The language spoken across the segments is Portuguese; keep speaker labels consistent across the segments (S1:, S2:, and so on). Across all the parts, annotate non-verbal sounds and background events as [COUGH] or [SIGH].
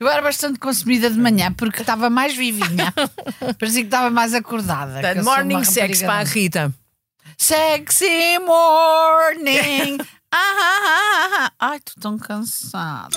S1: Eu era bastante consumida de manhã porque estava mais [LAUGHS] vivinha. Parecia que estava mais acordada. que
S2: Portanto,
S1: eu sou uma
S2: morning sex
S1: rapariga
S2: para a
S1: de-
S2: Rita.
S1: Sexy [LAUGHS] morning. Ah, ah, ah, ah. Ai, estou tão cansada.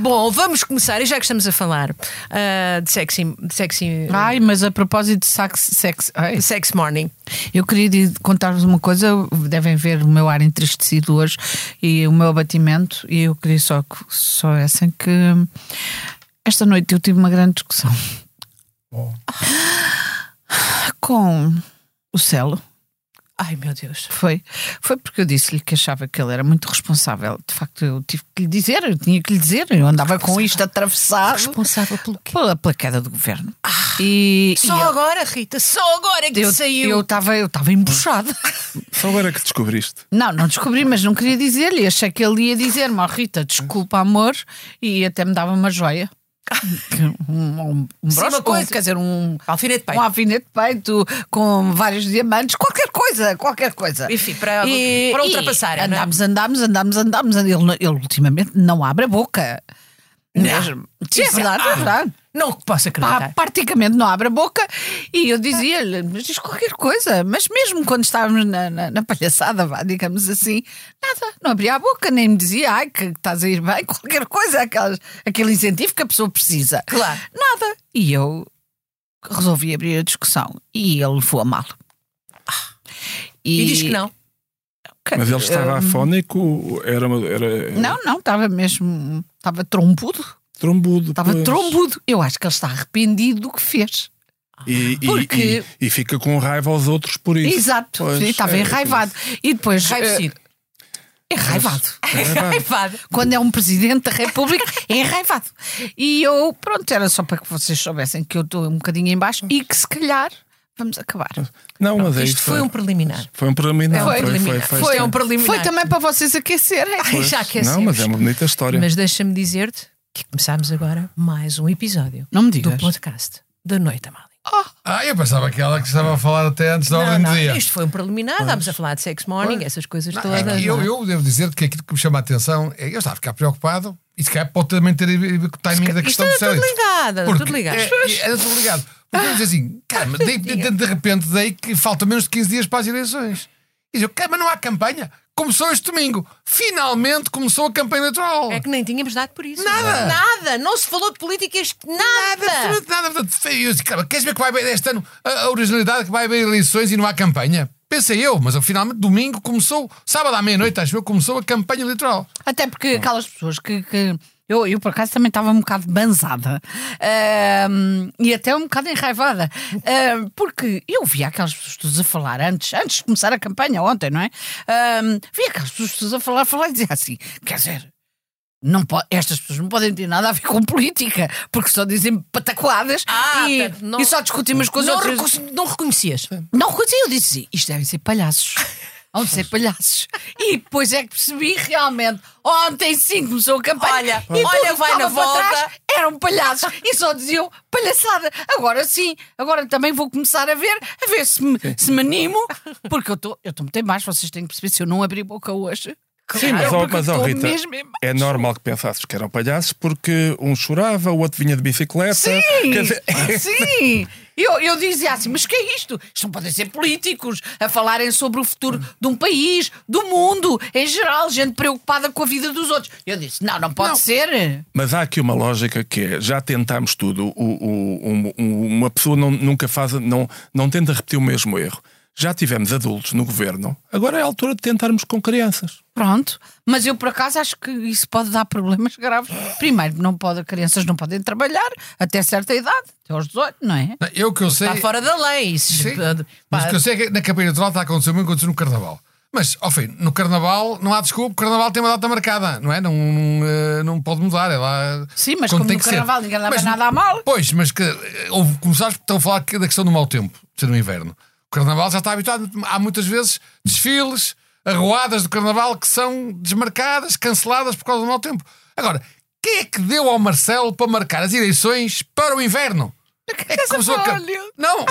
S2: Bom, vamos começar, e já que estamos a falar ah, de sexy, de sexy,
S1: Ai, mas a propósito de sax, sex. Ai,
S2: sex morning.
S1: Eu queria di- contar-vos uma coisa, devem ver o meu ar entristecido hoje e o meu abatimento, e eu queria só que soubessem que hum, esta noite eu tive uma grande discussão
S2: Oh.
S1: [LAUGHS] com o Celo.
S2: Ai meu Deus.
S1: Foi, foi porque eu disse-lhe que achava que ele era muito responsável. De facto, eu tive que lhe dizer, eu tinha que lhe dizer, eu andava com isto atravessado
S2: Responsável pelo quê? Ah,
S1: pela, pela queda do governo. e, e
S2: Só
S1: ele-
S2: agora, Rita, só agora é que
S1: eu
S2: saiu.
S1: eu estava eu estava
S2: [LAUGHS]
S1: embuchada.
S3: Só agora que descobriste.
S1: Não, não descobri, mas não queria dizer-lhe. Achei que ele ia dizer-me, oh, Rita, desculpa, amor, e até me dava uma
S2: [LAUGHS]
S1: joia. Um, um, um
S2: Sim,
S1: broche,
S2: uma coisa.
S1: com- quer dizer, um,
S2: Alfinete de pai.
S1: um alfinete de peito com vários diamantes, qualquer coisa, qualquer coisa.
S2: Enfim, para- para ultrapassar, não é?
S1: Andámos, andámos, andámos, andámos. Ele, não- ele ultimamente não abre a boca. Mesmo. Sim, é verdade,
S2: ah.
S1: é verdade.
S2: Não posso
S1: Pá,
S2: acreditar.
S1: praticamente não abre a boca e eu dizia-lhe, mas diz qualquer coisa, mas mesmo quando estávamos na, na, na palhaçada, vá, digamos assim, nada, não abria a boca, nem me dizia, ai, que estás a ir bem, [LAUGHS] qualquer coisa, aquelas, aquele incentivo que a pessoa precisa.
S2: Claro.
S1: Nada. E eu resolvi abrir a discussão e ele levou a mal. Ah.
S2: E diz que não.
S1: Quer
S3: Mas
S1: dizer,
S3: ele estava afónico, era, uma- era
S1: Eh, Não, não, estava mesmo, estava trombudo,
S3: trombudo.
S1: estava
S3: pois.
S1: trombudo. Eu acho que ele está arrependido do que fez.
S3: E, e-
S1: Porque-
S3: e- e fica com raiva aos outros por isso.
S1: Exato,
S3: Pois,
S1: Sim, estava
S3: é,
S1: enraivado. E depois.
S2: Raivecido.
S1: [LAUGHS] eh, Enraivado.
S3: é verdade.
S2: Raivado.
S1: Quando é um presidente da República, é enraivado. E eu, pronto, era só para que vocês soubessem que eu estou um bocadinho em baixo e que se calhar vamos acabar.
S3: Não, mas é
S2: Isto
S3: isso.
S2: foi um preliminar.
S3: Foi um preliminar.
S2: Foi
S3: Foi, foi, é. foi,
S2: preliminar. Foi um preliminar.
S1: Foi também para vocês aquecerem.
S2: Ai, já
S3: Não, mas
S2: aquecemos.
S3: é uma bonita história.
S2: Mas deixa-me dizer-te que começámos agora mais um episódio
S1: Não me
S2: do
S1: digas.
S2: podcast da Noite Amália.
S4: Ah, eu pensava que ela que estava a falar até antes da
S2: Não,
S4: ordem do dia.
S2: não, isto foi um preliminar, estávamos a falar de sex morning, essas coisas
S4: Não,
S2: todas.
S4: é que eu,
S2: não é?
S4: eu devo dizer que aquilo que me chama a atenção é eu estava a ficar preocupado e se calhar pode também ter a ver com o timing da
S2: Isto
S4: questão
S2: era
S4: do cérebro.
S2: tudo ligado, era
S4: Porque
S2: tudo ligado.
S4: É, é, era tudo ligado. Porque eu
S2: [LAUGHS]
S4: dizia assim, caramba, de, de, de repente dei que faltam menos de 15 dias para as eleições. E dizia, caramba, não há campanha. Começou este domingo. Finalmente começou a campanha eleitoral.
S2: É que nem tínhamos dado por isso.
S4: Nada.
S2: Nada! Não se falou de políticas, nada!
S4: Absolutamente nada. portanto, foi isso. Caramba, queres ver que vai haver este ano a, a originalidade que vai haver eleições e não há campanha? Pensei eu, mas finalmente domingo começou, sábado à meia-noite, acho eu, começou a campanha eleitoral.
S1: Até porque aquelas pessoas que. que- eu, eu, por acaso, também estava um bocado banzada Ahm, e até um bocado enraivada, Ahm, porque eu via aquelas pessoas todas a falar antes, antes de começar a campanha, ontem, não é? Ahm, via aquelas pessoas todas a falar, falar e dizer assim: quer dizer, não po- estas pessoas não podem ter nada a ver com política, porque só dizem patacoadas
S2: Ah,
S1: e,
S2: portanto, não-
S1: e só discutem umas coisas
S2: não,
S1: outras.
S2: reconhe- não reconhecias.
S1: Não reconheci, eu disse "Sim, isto devem ser
S2: [LAUGHS]
S1: palhaços. Hão de ser palhaços. E depois é que percebi realmente. Ontem sim começou a campanha.
S2: Olha,
S1: e tudo
S2: olha,
S1: que
S2: vai
S1: estava
S2: na
S1: para
S2: volta.
S1: trás eram palhaços e só diziam palhaçada. Agora sim, agora também vou começar a ver, a ver se me, se me animo, porque eu estou eu estou muito em baixo, vocês têm que perceber se eu não abrir boca hoje.
S3: Sim, mas,
S1: é
S3: ó,
S1: porque
S3: mas, ó,
S1: estou
S3: Rita,
S1: mesmo em baixo.
S3: é normal que pensasses que eram palhaços porque um chorava, o outro vinha de bicicleta. Quer dizer,
S1: Sim,
S3: [LAUGHS]
S1: sim. Eu, eu dizia assim, mas que é isto? Isto não podem ser políticos a falarem sobre o futuro de um país, do mundo, em geral, gente preocupada com a vida dos outros. Eu disse, não, não pode ser.
S3: Mas há aqui uma lógica que é, já tentámos tudo, o- o- um- um- uma pessoa não- nunca faz, não, não tenta repetir o mesmo erro. Já tivemos adultos no governo, agora é a altura de tentarmos com crianças.
S1: Pronto, mas eu por acaso acho que isso pode dar problemas graves. Primeiro, não pode, crianças não podem trabalhar até certa idade, até aos 18, não é?
S4: Não, Eu que eu sei.
S2: Está fora da lei. isso. eh,
S4: Sim.
S2: Pá,
S4: Mas o que eu sei é que na campanha eleitoral está a acontecer o mesmo que aconteceu no Carnaval. Mas, ao fim, no Carnaval não há desculpa, o Carnaval tem uma data marcada, não é? Não, não, eh, não pode mudar, é lá.
S1: Sim, mas
S4: quando
S1: como
S4: tem
S1: no
S4: que ser.
S1: Carnaval ninguém leva
S4: Mas-
S1: nada a mal.
S4: Pois, mas que, eh, houve, começaste por estão a falar que- da questão do mau tempo, de ser no inverno. O Carnaval já está habituado, há muitas vezes desfiles, arruadas do Carnaval que são desmarcadas, canceladas por causa do mau tempo. Agora, quem é que deu ao Marcelo para marcar as eleições para o inverno? É que começou a cam-
S1: Olha.
S4: Não!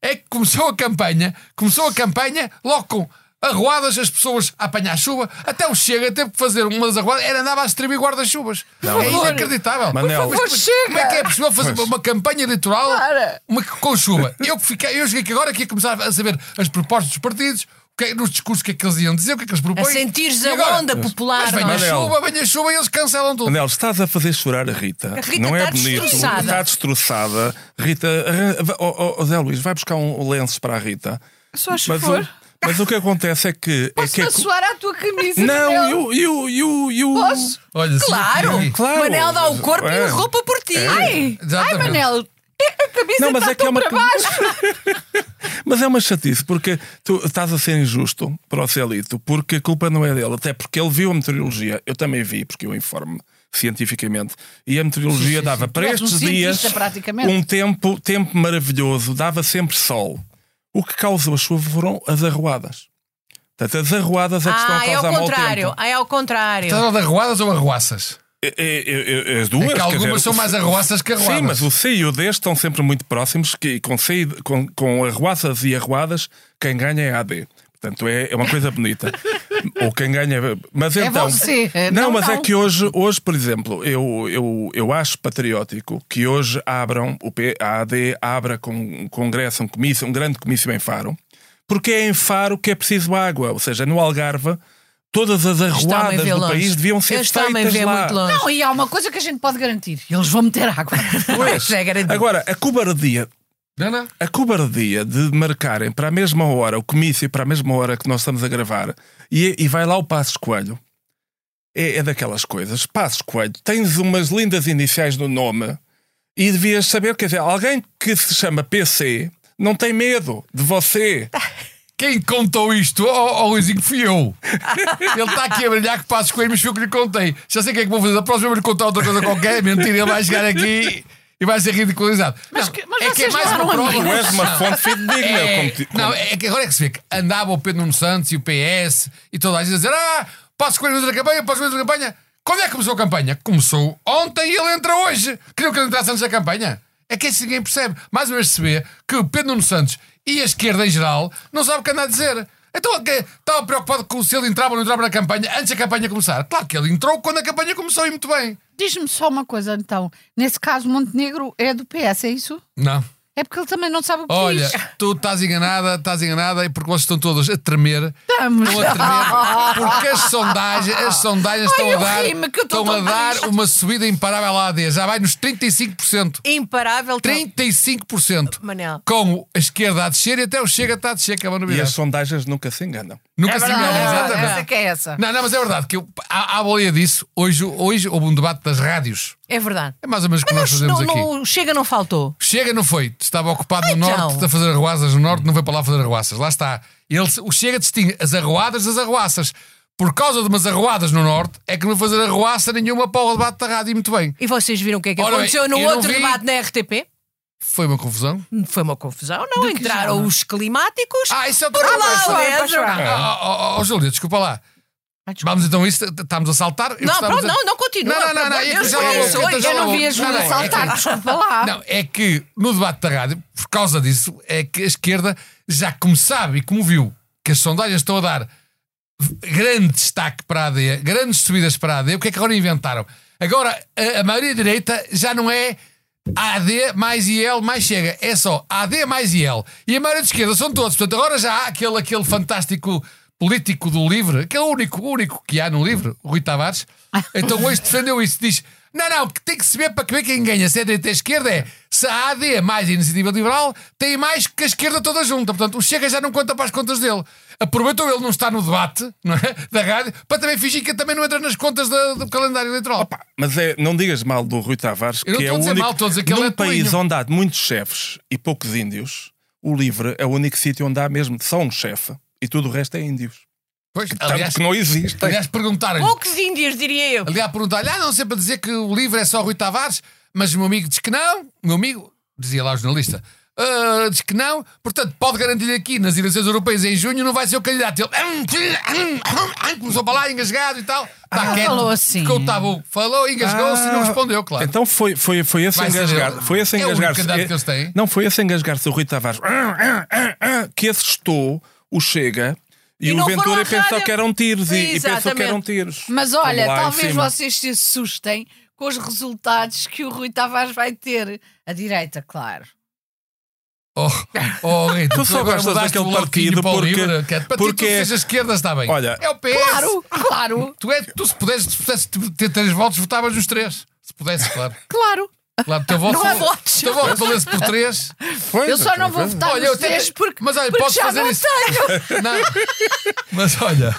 S4: É que começou a campanha, começou a campanha logo com arruadas as pessoas a apanhar chuva, até o Chega teve que fazer umas arruadas, era andava a distribuir guarda-chuvas. É
S1: favor.
S4: inacreditável.
S3: Manel.
S4: Mas- mas-
S1: Por favor, chega.
S4: Como é que é possível fazer
S3: Pois.
S4: uma campanha eleitoral
S1: Para.
S4: uma, com chuva? Eu, que fiquei, eu cheguei aqui agora que ia começar a saber as propostas dos partidos, o que é- nos discursos o que é que eles iam dizer, o que é que eles
S2: A
S4: propõem.
S2: sentires
S4: E
S2: a
S4: agora?
S2: onda popular.
S4: Mas venha
S2: não é?
S4: a
S3: Manel.
S4: chuva, venha a chuva e eles cancelam tudo.
S3: Manel, estás a fazer chorar a Rita.
S2: Oh. Rita
S3: não é
S2: está
S3: bonito.
S2: destroçada.
S3: Está destroçada. Rita, arran- oh, oh, Zé Luís, vai buscar um lenço para a Rita.
S1: Só acho que
S3: Mas
S1: for.
S3: o, mas o que acontece é que. É que
S1: Posso
S3: é que-
S1: suar à tua camisa? Manel?
S3: não, eu, eu, eu, eu.
S1: Posso?
S4: Olha, sim,
S2: Claro.
S4: sim.
S3: Claro.
S2: Manel dá o corpo e
S3: É.
S2: a roupa por ti.
S1: Ai, ai,
S4: Exatamente.
S1: Manel, a camisa
S3: Não, mas
S1: está
S3: é que
S1: tá
S3: é
S1: tão
S3: uma-
S1: para baixo.
S3: [LAUGHS] Mas é uma chatice, porque tu estás a ser injusto para o Celito, porque a culpa não é dele, até porque ele viu a meteorologia, eu também vi, porque eu informo cientificamente, e a meteorologia dava para
S1: Tu és um
S3: estes dias
S1: cientista, praticamente.
S3: um tempo, tempo maravilhoso, dava sempre sol. O que causou a chuva foram as arruadas. Portanto, as arruadas é que estão a
S2: Ah, é ao
S3: causar mau
S2: contrário.
S3: tempo.
S2: Ah, é ao contrário.
S4: Estás a falar de arruadas ou arruaças?
S3: É, é, é, é, as duas,
S4: É que
S3: quer
S4: algumas
S3: dizer,
S4: são
S3: o-
S4: mais arruaças que arruadas.
S3: Sim, mas o C e o D estão sempre muito próximos que, com, C, e- com, com arruaças e arruadas, quem ganha é a AD. Portanto, é, é uma coisa bonita. Ou quem ganha. é- Mas
S1: É
S3: então.
S1: você.
S3: Não,
S1: Não,
S3: mas é
S1: não.
S3: que hoje, hoje por exemplo, eu, eu, eu acho patriótico que hoje abram, o P, a AD abra com um congresso, um comício, um grande comício em Faro, porque é em Faro que é preciso água. Ou seja, no Algarve, todas as
S2: Está-me a
S3: arruadas
S2: ver
S3: do
S2: longe.
S3: país deviam ser
S2: Eu Está-me a
S3: feitas
S2: ver
S3: lá.
S2: muito longe.
S1: Não, e há uma coisa que a gente pode garantir: eles vão meter água.
S3: Pois.
S2: É garantido.
S3: Agora, a cobardia
S4: Não, não.
S3: a cobardia de marcarem para a mesma hora o comício, para a mesma hora que nós estamos a gravar, e, e vai lá o Passos Coelho, é, é daquelas coisas. Passos Coelho, tens umas lindas iniciais no nome e devias saber, quer dizer, alguém que se chama PC não tem medo de você.
S4: Quem contou isto ao, ao Luizinho fui eu. Ele está aqui a brilhar que passos com ele, mas foi o que lhe contei. Já sei o que é que vou fazer. Da próxima vez lhe contar outra coisa qualquer, é mentira, ele vai chegar aqui e vai ser ridicularizado.
S1: Mas
S4: Não,
S1: que- mas
S4: é que é
S1: vocês
S4: mais
S1: não
S4: uma
S1: eram
S4: prova.
S3: Tu
S1: amigos?
S3: és uma fonte fidedigna. como
S4: É,
S3: ti- como-
S4: não, é que agora é que se vê que andava o Pedro Nuno Santos e o PS e toda a gente a dizer: Ah, passo com ele da campanha, passo com ele da campanha. Quando é que começou a campanha? Começou ontem e ele entra hoje. Queriam que ele entrasse antes da campanha. É que isso ninguém percebe. Mais uma vez se vê que o Pedro Nuno Santos e a esquerda em geral não sabe o que anda a dizer. Então é que estava preocupado com se ele entrava ou não entrava na campanha antes da campanha começar. Claro que ele entrou quando a campanha começou e muito bem.
S1: Diz-me só uma coisa, então. Nesse caso, Montenegro é do PS, é isso?
S4: Não.
S1: É porque ele também não sabe o que
S4: Olha,
S1: diz.
S4: tu estás enganada, estás enganada, é porque vocês estão todas a tremer.
S1: Estamos.
S4: Estão a tremer. Porque as sondagens, as
S1: Ai,
S4: sondagens estão a
S1: eu
S4: dar,
S1: ri-me, que eu estou
S4: estão a
S1: tão
S4: dar
S1: triste.
S4: uma subida imparável à AD. Já vai nos 35%.
S2: Imparável.
S4: 35%.
S2: Manel.
S4: Com a esquerda a descer e até o Chega está a descer, que é uma
S3: E
S4: novidade.
S3: as sondagens nunca se enganam.
S4: Nunca
S1: É
S4: se
S1: verdade,
S4: engana,
S1: é verdade,
S4: exatamente.
S1: essa que é essa.
S4: Não, não, mas é verdade que eu, à, à boleia disso, hoje, hoje houve um debate das rádios.
S2: É verdade.
S4: É mais ou menos o que nós
S2: Mas
S4: fazemos
S2: não,
S4: aqui.
S2: não- chega, não faltou.
S4: Chega não foi, estava ocupado
S2: Ah,
S4: no
S2: então.
S4: norte a fazer arruaças no norte, não foi para lá fazer arruaças. Lá está. Ele, o Chega distingue as arruadas das arruaças. Por causa de umas arruadas no norte, é que não vai fazer arruaça nenhuma para o debate da rádio, e muito bem.
S2: E vocês viram o que é que
S4: Ora bem,
S2: aconteceu no
S4: eu não
S2: outro
S4: vi-
S2: debate na RTP?
S4: Foi uma confusão.
S2: Foi uma confusão, não?
S1: De que
S2: Entraram
S1: género?
S2: os climáticos.
S4: Ah, isso é
S2: por
S4: Ah,
S2: lá,
S4: mas-
S2: o
S1: chorar, para
S2: Edro.
S1: chorar.
S4: Ah, oh, oh, oh, Júlia, desculpa lá.
S1: Ai, desculpa.
S4: Vamos então isso, estamos a saltar.
S2: Não, pronto, não, não continua.
S4: Não, não, não,
S2: Pelo amor
S4: não,
S2: de
S4: é que
S2: Deus,
S4: já lá vou,
S2: conheço
S4: então
S2: hoje,
S4: já
S1: eu
S4: lá
S1: não
S4: vou.
S1: vi a Júlia
S4: Não, não, é
S1: saltar,
S4: que-
S1: desculpa lá.
S4: Não, é que no debate da rádio, por causa disso, é que a esquerda já como sabe e como viu que as sondagens estão a dar grande destaque para a AD, grandes subidas para a AD, o que é que agora inventaram? Agora, a, a maioria direita já não é AD mais IL mais chega, é só AD mais IL. E a maioria de esquerda são todos. Portanto, agora já há aquele, aquele fantástico político do livre, que é o único, o único que há no livre, o Rui Tavares. Então hoje defendeu isso, diz Não, não, que tem que se ver para ver quem ganha, se é direita ou esquerda, é se a AD mais a iniciativa liberal tem mais que a esquerda toda junta. Portanto, o Chega já não conta para as contas dele. Aproveitou ele não estar no debate não é? da rádio para também fingir que também não entra nas contas da- do calendário eleitoral.
S3: Opa, mas é, não digas mal do Rui Tavares,
S4: Eu não
S3: que é
S4: estou a
S3: o
S4: dizer
S3: único.
S4: mal, estou a dizer que ele
S3: num
S4: é tolinho.
S3: país onde há muitos chefes e poucos índios, o livre é o único sítio onde há mesmo só um chefe e tudo o resto é índios.
S4: Pois,
S3: Tanto que não existe.
S4: aliás perguntaram-lhe.
S2: Poucos índios, diria eu.
S4: Aliás, perguntar-lhe, ah, não sempre a dizer que o livro é só Rui Tavares, mas o meu amigo diz que não, o meu amigo, dizia lá o jornalista, "ah, diz que não, portanto, pode garantir aqui nas eleições europeias em junho não vai ser o candidato. Ele "Hum, hum, hum, hum", começou para lá, engasgado e tal. Está quieto.
S1: falou assim.
S4: Ficou tabu. Falou, engasgou-se e não respondeu, claro.
S3: Então foi, foi, foi esse
S4: Vai ser
S3: engasgar.
S4: ele.
S3: Foi esse
S4: É o único
S3: engasgar.
S4: candidato que eles têm.
S3: Não, foi esse engasgar-se do Rui Tavares "Ah, ah, ah, ah", que assustou o Chega e,
S2: E
S3: o
S2: não foram
S3: Ventura
S2: à
S3: pensou
S2: rádio.
S3: que eram tiros e, e pensou que
S2: Exatamente.
S3: eram tiros.
S1: Mas
S4: Tá
S1: olha,
S3: Lá em
S1: talvez
S3: cima.
S1: vocês se assustem com os resultados que o Rui Tavares vai ter. A direita, claro.
S4: Oh, oh, Rita,
S3: Tu só
S4: agora
S3: gostas
S4: mudaste
S3: daquele
S4: o
S3: partido
S4: louquinho para o
S3: porque-
S4: livre, que é- para
S3: porque-
S4: ti, tu seja esquerda, está bem.
S3: Olha,
S4: é o PS.
S1: Claro, claro,
S4: Tu, é, tu se pudesses, se pudesses ter três votos, votavas nos três. Se pudesse, claro.
S1: claro.
S4: Claro, o teu voto,
S1: Não há
S4: val-
S1: votos.
S4: o teu voto valesse por três.
S3: Pois, então
S1: Eu só não vou
S3: pois.
S1: votar
S4: então Olha, eu
S1: nos
S4: até-
S1: três porque,
S4: mas olha,
S1: porque
S4: posso
S1: já
S4: fazer
S1: não
S4: isso.
S1: tenho.
S4: Não. Mas olha,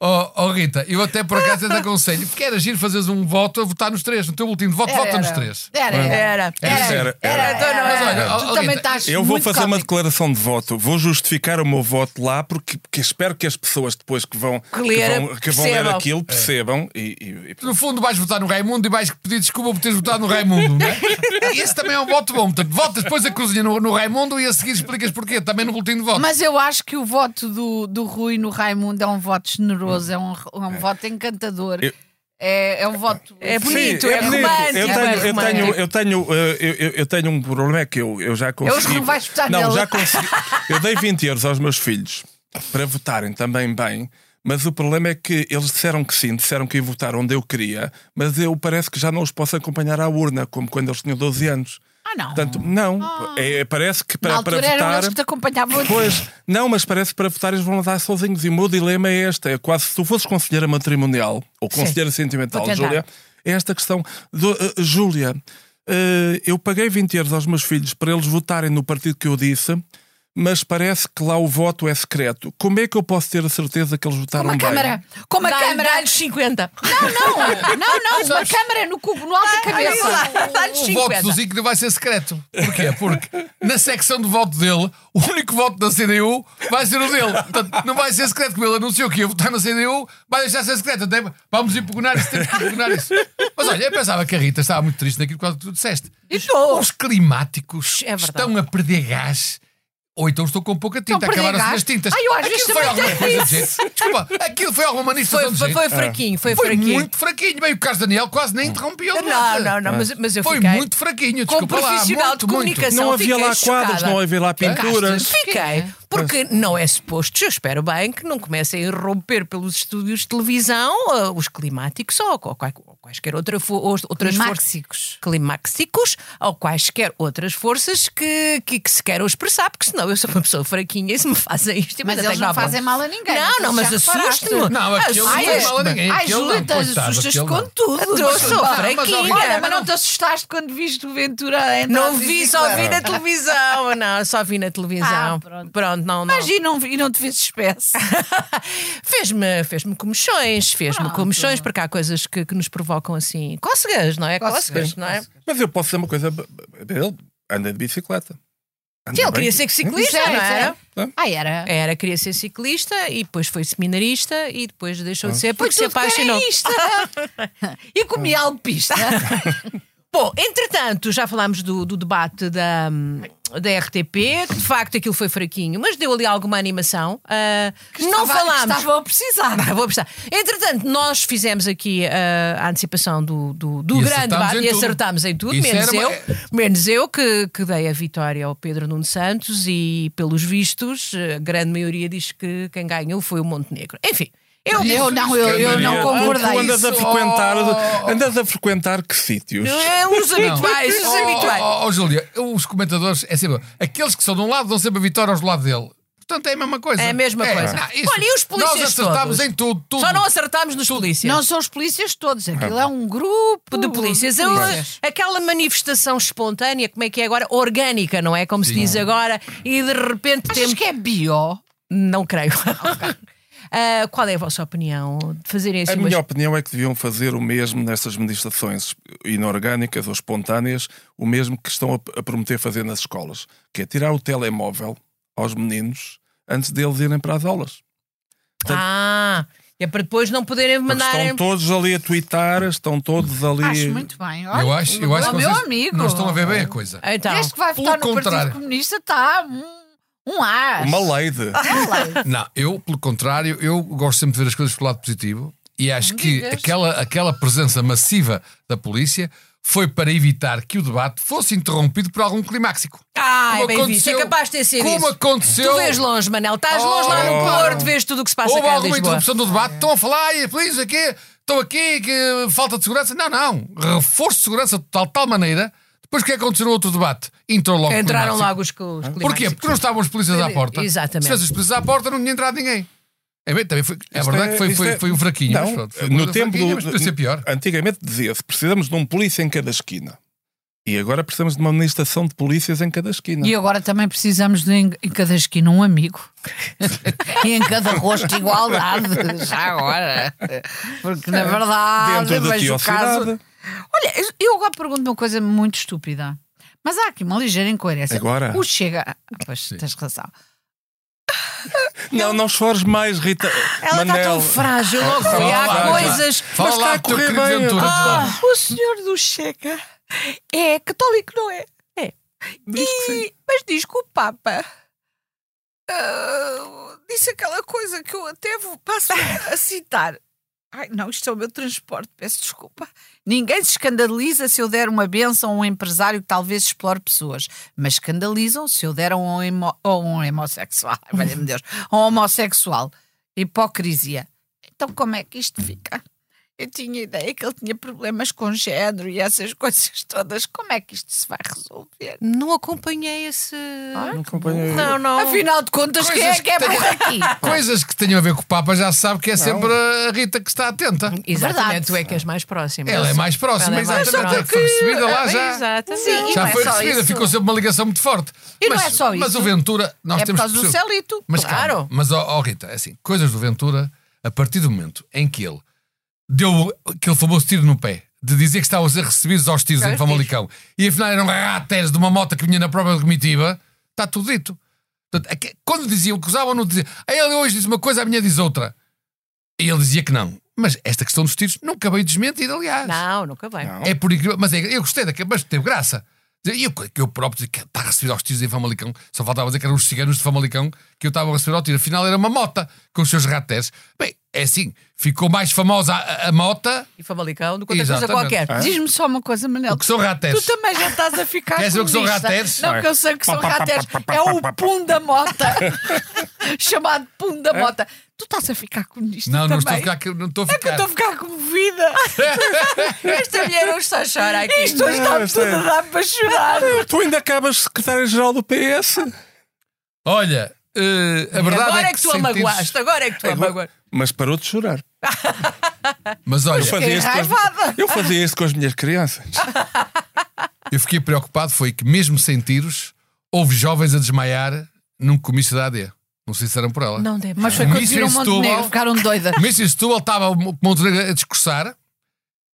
S4: ó ó, Rita, eu até por acaso
S1: [LAUGHS]
S4: te aconselho, porque era giro fazeres um voto a votar nos três. No teu último voto,
S1: Era,
S4: vota nos
S1: era.
S4: três.
S1: Era, era.
S2: Era.
S3: Era,
S1: Era,
S3: era,
S1: era,
S3: era.
S1: era.
S4: Mas olha, ó,
S1: Tu
S4: ó,
S1: também
S4: Rita,
S1: estás
S3: Eu vou
S1: muito
S3: fazer uma
S1: cómico.
S3: declaração de voto. Vou justificar o meu voto lá porque, porque espero que as pessoas depois que vão, que
S2: ler,
S3: vão, que vão ler
S2: percebam.
S3: aquilo percebam e, e- e-
S4: No fundo, vais votar no Raimundo e vais pedir desculpa por teres votado no Raimundo. Não é? Esse também é um voto bom. Portanto, votas depois a cozinha no, no Raimundo e a seguir explicas porquê. Também no boletim de voto.
S1: Mas eu acho que o voto do, do Rui no Raimundo é um voto generoso, é um, é um voto encantador.
S3: Eu-
S1: É, é um voto.
S2: É bonito,
S3: Sim,
S2: é romântico,
S3: Eu
S2: é
S3: tenho, eu
S2: romântico.
S3: tenho, eu tenho, eh, eu, eu- eu tenho um problema é que eu, eu já consegui.
S1: não vais votar
S3: Não,
S1: nele.
S3: já consegui. Eu dei 20 euros aos meus filhos para votarem também bem. Mas o problema é que eles disseram que sim, disseram que iam votar onde eu queria, mas eu parece que já não os posso acompanhar à urna, como quando eles tinham 12 anos.
S1: Ah, não. Ah.
S3: Portanto, não. É, parece que
S1: Na
S3: para, para
S1: altura eram
S3: votar.
S1: eles que te acompanhavam.
S3: Pois, não, mas parece que para votar eles vão andar sozinhos. E o meu dilema é este: é quase se tu fosses conselheira matrimonial ou conselheira sentimental,
S1: Vou tentar.
S3: Júlia, é esta questão. Do, eh, Júlia, eh, eu paguei 20 euros aos meus filhos para eles votarem no partido que eu disse, mas parece que lá o voto é secreto. Como é que eu posso ter a certeza que eles votaram
S1: Uma
S3: bem?
S1: câmara. Com uma
S2: Dá-lhe-
S1: câmara.
S2: Dá-lhes 50.
S1: Não, não, não, não.
S2: [LAUGHS]
S1: Uma câmara no cubo, no alto da cabeça.
S2: Dá-lhes
S4: O voto
S2: 50.
S4: do Zico vai ser secreto. Porquê? Porque na secção de voto dele, o único voto da CDU vai ser o dele. Portanto, não vai ser secreto, como ele anunciou que ia votar na CDU, vai deixar ser secreto. Até vamos impugnar isso, temos que impugnar isso. Mas olha, eu pensava que a Rita estava muito triste naquilo que tu disseste.
S2: Estou.
S4: Os climáticos
S2: Oh. É verdade.
S4: estão a perder gás. Ou então estou com pouca tinta,
S1: Estão a perder
S4: acabaram-se
S1: gás?
S4: as tintas.
S1: Ai, eu às vezes
S4: aquilo foi
S1: também
S4: alguma
S1: tenho
S4: coisa de jeito. Desculpa, aquilo foi alguma
S2: Foi,
S4: manifestação de
S2: foi, foi
S4: jeito.
S2: fraquinho, foi,
S4: Ah. Foi
S2: fraquinho.
S4: muito fraquinho. Bem, o Carlos Daniel quase nem interrompeu.
S2: Não, não, não, mas, mas eu
S4: Foi
S2: fiquei.
S4: muito fraquinho,
S2: Como
S4: desculpa lá,
S2: profissional de
S4: muito, muito.
S2: comunicação.
S3: Não
S2: fiquei
S3: havia lá quadros,
S2: chocada.
S3: não havia lá pinturas.
S2: Fiquei, porque não é suposto, eu espero bem que não comecem a romper pelos estúdios de televisão ah, os climáticos ou, ou quai- ou quaisquer outra fo- ou outras forças.
S1: Máxicos.
S2: Climáxicos ou quaisquer outras forças que, que, que se queiram expressar, porque senão eu sou uma pessoa fraquinha e se me fazem isto,
S1: Mas
S2: ainda
S1: eles
S2: tenho
S1: não
S2: a bola.
S1: fazem mal a ninguém,
S2: Não,
S1: tu
S2: não, mas
S1: já reparaste.
S2: assusta-me.
S4: Não, aquilo não faz mal a ninguém.
S1: Ai,
S4: Aquilo não,
S1: Júlia,
S4: coitado,
S1: assustas-te
S4: aquilo não.
S1: com tudo.
S2: Eu sou
S1: Desculpa.
S2: fraquinha.
S1: Olha, mas não te assustaste quando viste o Ventura entrar
S2: Não
S1: de
S2: vi, só vi
S1: bicicleta?
S2: na televisão. Não, só vi na televisão.
S1: Ah, pronto.
S2: não, não.
S1: Imagina um- e não Ah, te vês espécie.
S2: [LAUGHS] fez-me fez comichões, fez-me
S1: Pronto.
S2: comichões, porque há coisas que, que nos provocam assim. Cócegas, não é? Cócegas,
S1: Cócegas,
S2: não é?
S3: Mas eu posso dizer uma coisa: ele anda de bicicleta. Anda
S2: Sim, ele
S3: bem.
S2: queria ser ciclista,
S1: Sério,
S2: não era? É,
S1: sério? Ah, era.
S2: Era, queria ser ciclista e depois foi seminarista e depois deixou de ser
S1: Foi
S2: porque se
S1: tudo que era
S2: apaixonou.
S1: é isto. E comia alpista.
S2: Bom, entretanto, já falámos do, do debate da, da RTP, que de facto aquilo foi fraquinho, mas deu ali alguma animação. Ah, não
S1: Estava-
S2: falámos.
S1: Estava a precisar.
S2: Ah, vou apostar. Entretanto, nós fizemos aqui ah, a antecipação do, do, do
S4: E
S2: grande
S4: acertámos
S2: debate
S4: em
S2: e
S4: tudo.
S2: acertámos em tudo,
S4: Isso
S2: menos
S4: era
S2: eu,
S4: uma-
S2: menos eu que, que dei a vitória ao Pedro Nuno Santos e, pelos vistos, eh, a grande maioria diz que quem ganhou foi o Montenegro. Enfim, eu,
S1: Eu não, eu, eu não
S3: Maria,
S1: concordei.
S3: Tu andas a
S1: Isso.
S3: frequentar,
S4: Oh.
S3: andas a frequentar que sítios?
S2: É, os habituais, os
S4: [LAUGHS] Oh,
S2: habituais.
S4: oh, oh, Júlia, os comentadores, é sempre. Aqueles que são de um lado dão sempre a vitória aos do lado dele. Portanto, é a mesma coisa.
S2: É a mesma coisa.
S4: não, isso.
S2: Olha, e os polícias
S4: Nós acertámos
S2: todos?
S4: em tudo, tudo.
S2: Só não acertámos nos polícias.
S1: Não são os polícias todos, aquilo é um grupo
S2: de polícias. É uma- aquela manifestação espontânea, como é que é agora? Orgânica, não é? Como se diz agora, e de repente
S1: Achas
S2: temos.
S1: que é bio?
S2: Não creio. [LAUGHS] Ah, qual é a vossa opinião de fazerem
S3: A
S2: assim umas-
S3: minha opinião é que deviam fazer o mesmo nestas manifestações inorgânicas ou espontâneas, o mesmo que estão a, a prometer fazer nas escolas, que é tirar o telemóvel aos meninos antes deles irem para as aulas.
S2: Ah, é para depois não poderem
S3: Porque
S2: mandarem.
S3: Estão todos ali a twittar, estão todos ali.
S1: Acho muito bem. Olha,
S4: Eu acho, eu acho
S1: o
S4: que
S1: meu
S4: vocês
S1: amigo.
S4: não estão a ver bem a coisa.
S2: Então,
S1: Este que vai
S4: Pelo
S1: votar no
S4: contrário.
S1: Partido Comunista está um, um ar.
S3: Uma
S1: [LAUGHS]
S3: lady.
S4: Não, eu, pelo contrário, eu gosto sempre de ver as coisas pelo lado positivo e acho que aquela, aquela presença massiva da polícia foi para evitar que o debate fosse interrompido por algum climáxico.
S2: Ah, é
S4: Como
S2: bem visto. É
S4: aconteceu-
S2: capaz de ter sido
S4: Como
S2: isso.
S4: aconteceu.
S2: Tu vês longe, Manel. Estás longe lá no
S4: Oh.
S2: Porto, vês tudo o que se passa
S4: Houve
S2: cá em
S4: alguma
S2: Lisboa.
S4: interrupção do debate, estão a falar, e a polícia aqui, estão aqui, que falta de segurança. Não, não. Reforço de segurança de tal, tal maneira. Depois o que é que aconteceu no outro debate? Entrou logo o
S2: Entraram
S4: climáxico.
S2: logo os, os
S4: Porquê? Porque não estavam os polícias à porta.
S2: Exatamente.
S4: Se tivessem os polícias à porta, não tinha entrado ninguém. É, bem, também foi, é
S3: Isto
S4: verdade que foi,
S3: isto
S4: foi,
S3: é-
S4: foi um fraquinho.
S3: Não,
S4: mas pronto, foi
S3: no
S4: um
S3: tempo
S4: fraquinho,
S3: do,
S4: mas podia ser pior.
S3: Antigamente dizia-se: precisamos de um polícia em cada esquina. E agora precisamos de uma administração de polícias em cada esquina.
S1: E agora também precisamos de em, em cada esquina um amigo. [LAUGHS] e em cada rosto igualdade. [LAUGHS] Já agora. Porque na verdade.
S3: Dentro da
S1: vejo o ah, caso-
S3: tiocidade.
S1: Olha, eu- eu agora pergunto uma coisa muito estúpida. Mas há aqui uma ligeira incoerência.
S3: Agora?
S1: O Chega. Ah, Pois, tens razão.
S3: Não, não chores mais, Rita.
S1: tá
S2: Ela está tão
S3: Manel.
S2: frágil, logo foi.
S4: Fala lá,
S2: Há coisas.
S4: Fala
S3: Mas está
S4: lá,
S3: a
S4: do teu
S3: correr
S4: querido
S3: bem.
S4: Ventura.
S2: Ah,
S1: O senhor do Chega é católico, não é? É.
S3: Diz que sim.
S1: mas diz que o Papa ah, disse aquela coisa que eu até vou passo
S3: [LAUGHS]
S1: a citar. Ai, não, isto é o meu transporte, peço desculpa. Ninguém se escandaliza se eu der uma benção a um empresário que talvez explore pessoas, mas escandalizam se eu der a um, homo- a um homossexual. [LAUGHS] Valha-me Deus. A um homossexual. Hipocrisia. Então como é que isto fica? Eu tinha ideia que ele tinha problemas com género e essas [LAUGHS] coisas todas. Como é que isto se vai resolver?
S2: Não acompanhei esse.
S4: Ah,
S3: Não acompanhei.
S2: Não, não.
S1: Afinal de contas, quem
S4: Coisas
S1: é que é
S4: que
S1: mais [LAUGHS] aqui?
S4: Coisas que tenham a ver com o Papa já se sabe que é sempre a Rita que está atenta.
S2: Exatamente,
S1: Verdade.
S2: tu é que és mais próxima.
S4: Ela é mais próxima,
S2: Ela é mais
S4: exatamente.
S2: próxima.
S4: é que Foi recebida lá já.
S2: Exatamente.
S1: Sim,
S4: Já
S1: não é
S4: foi
S1: só
S4: recebida,
S1: isso.
S4: ficou sempre uma ligação muito forte.
S1: E não é só
S4: Mas
S1: isso.
S4: o Ventura, nós
S1: É por
S4: temos
S1: causa
S4: que
S1: do
S4: perceber-
S1: Celito,
S4: Mas
S1: claro.
S4: calma, mas ó ó, Rita, é assim, coisas do Ventura, a partir do momento em que ele deu aquele famoso tiro no pé, de dizer que estavam a ser recebidos aos tiros em Famalicão, e afinal eram ratéis de uma moto que vinha na própria comitiva, está tudo dito. Portanto, é que- quando diziam que usavam, não diziam. "Ah, Ele hoje diz uma coisa, a minha diz outra. E ele dizia que não. Mas esta questão dos tiros nunca veio desmentir, aliás.
S2: Não, nunca bem.
S3: Não.
S4: É por incrível, mas é- eu gostei daquele, mas teve graça. E eu, que eu próprio dizia que está a receber aos tiros em Famalicão, só faltava dizer que eram os ciganos de Famalicão que eu estava a receber ao tiro. Afinal, era uma mota com os seus ratés. Bem, é assim, ficou mais famosa a, a- a mota
S2: E Famalicão, do que outra coisa
S4: Exatamente.
S2: qualquer.
S4: Ah.
S1: Diz-me só uma coisa, Manel.
S4: do que são ratés.
S1: Tu também já estás a ficar.
S4: Quer dizer que são
S1: comunista.
S4: rateres?
S1: Não, que eu sei que são rateres. É o Pum da
S4: [LAUGHS]
S1: Mota. Chamado Pum da Mota. Tu estás a ficar comunista.
S4: Não, não estou a
S1: também?
S4: ficar. Não estou a
S1: É que eu
S4: ficar.
S1: estou a ficar comovida.
S2: Esta mulher hoje está a chorar aqui.
S1: Isto hoje está-me tá tudo a dar para chorar.
S3: é- Tu ainda acabas de secretária-geral do PS.
S4: Olha, eh, a verdade
S2: Agora
S4: é
S2: é
S4: que.
S2: que tu a
S4: sentires-
S2: magoaste, agora é que tu a magoaste.
S3: Mas parou de chorar.
S4: Mas
S3: Eu
S4: olha,
S3: fazia, isto com as-
S1: raivada.
S3: eu fazia isso com as minhas crianças.
S1: [LAUGHS]
S4: eu fiquei preocupado foi que, mesmo sem tiros, houve jovens a desmaiar num comício da AD. Não sei se eram por ela.
S2: Não deve.
S1: Mas foi
S4: Isso
S1: quando viram
S4: em
S1: o
S4: Setúbal.
S1: Montenegro, ficaram doidas.
S4: Mas em Setúbal estava o Montenegro a discursar.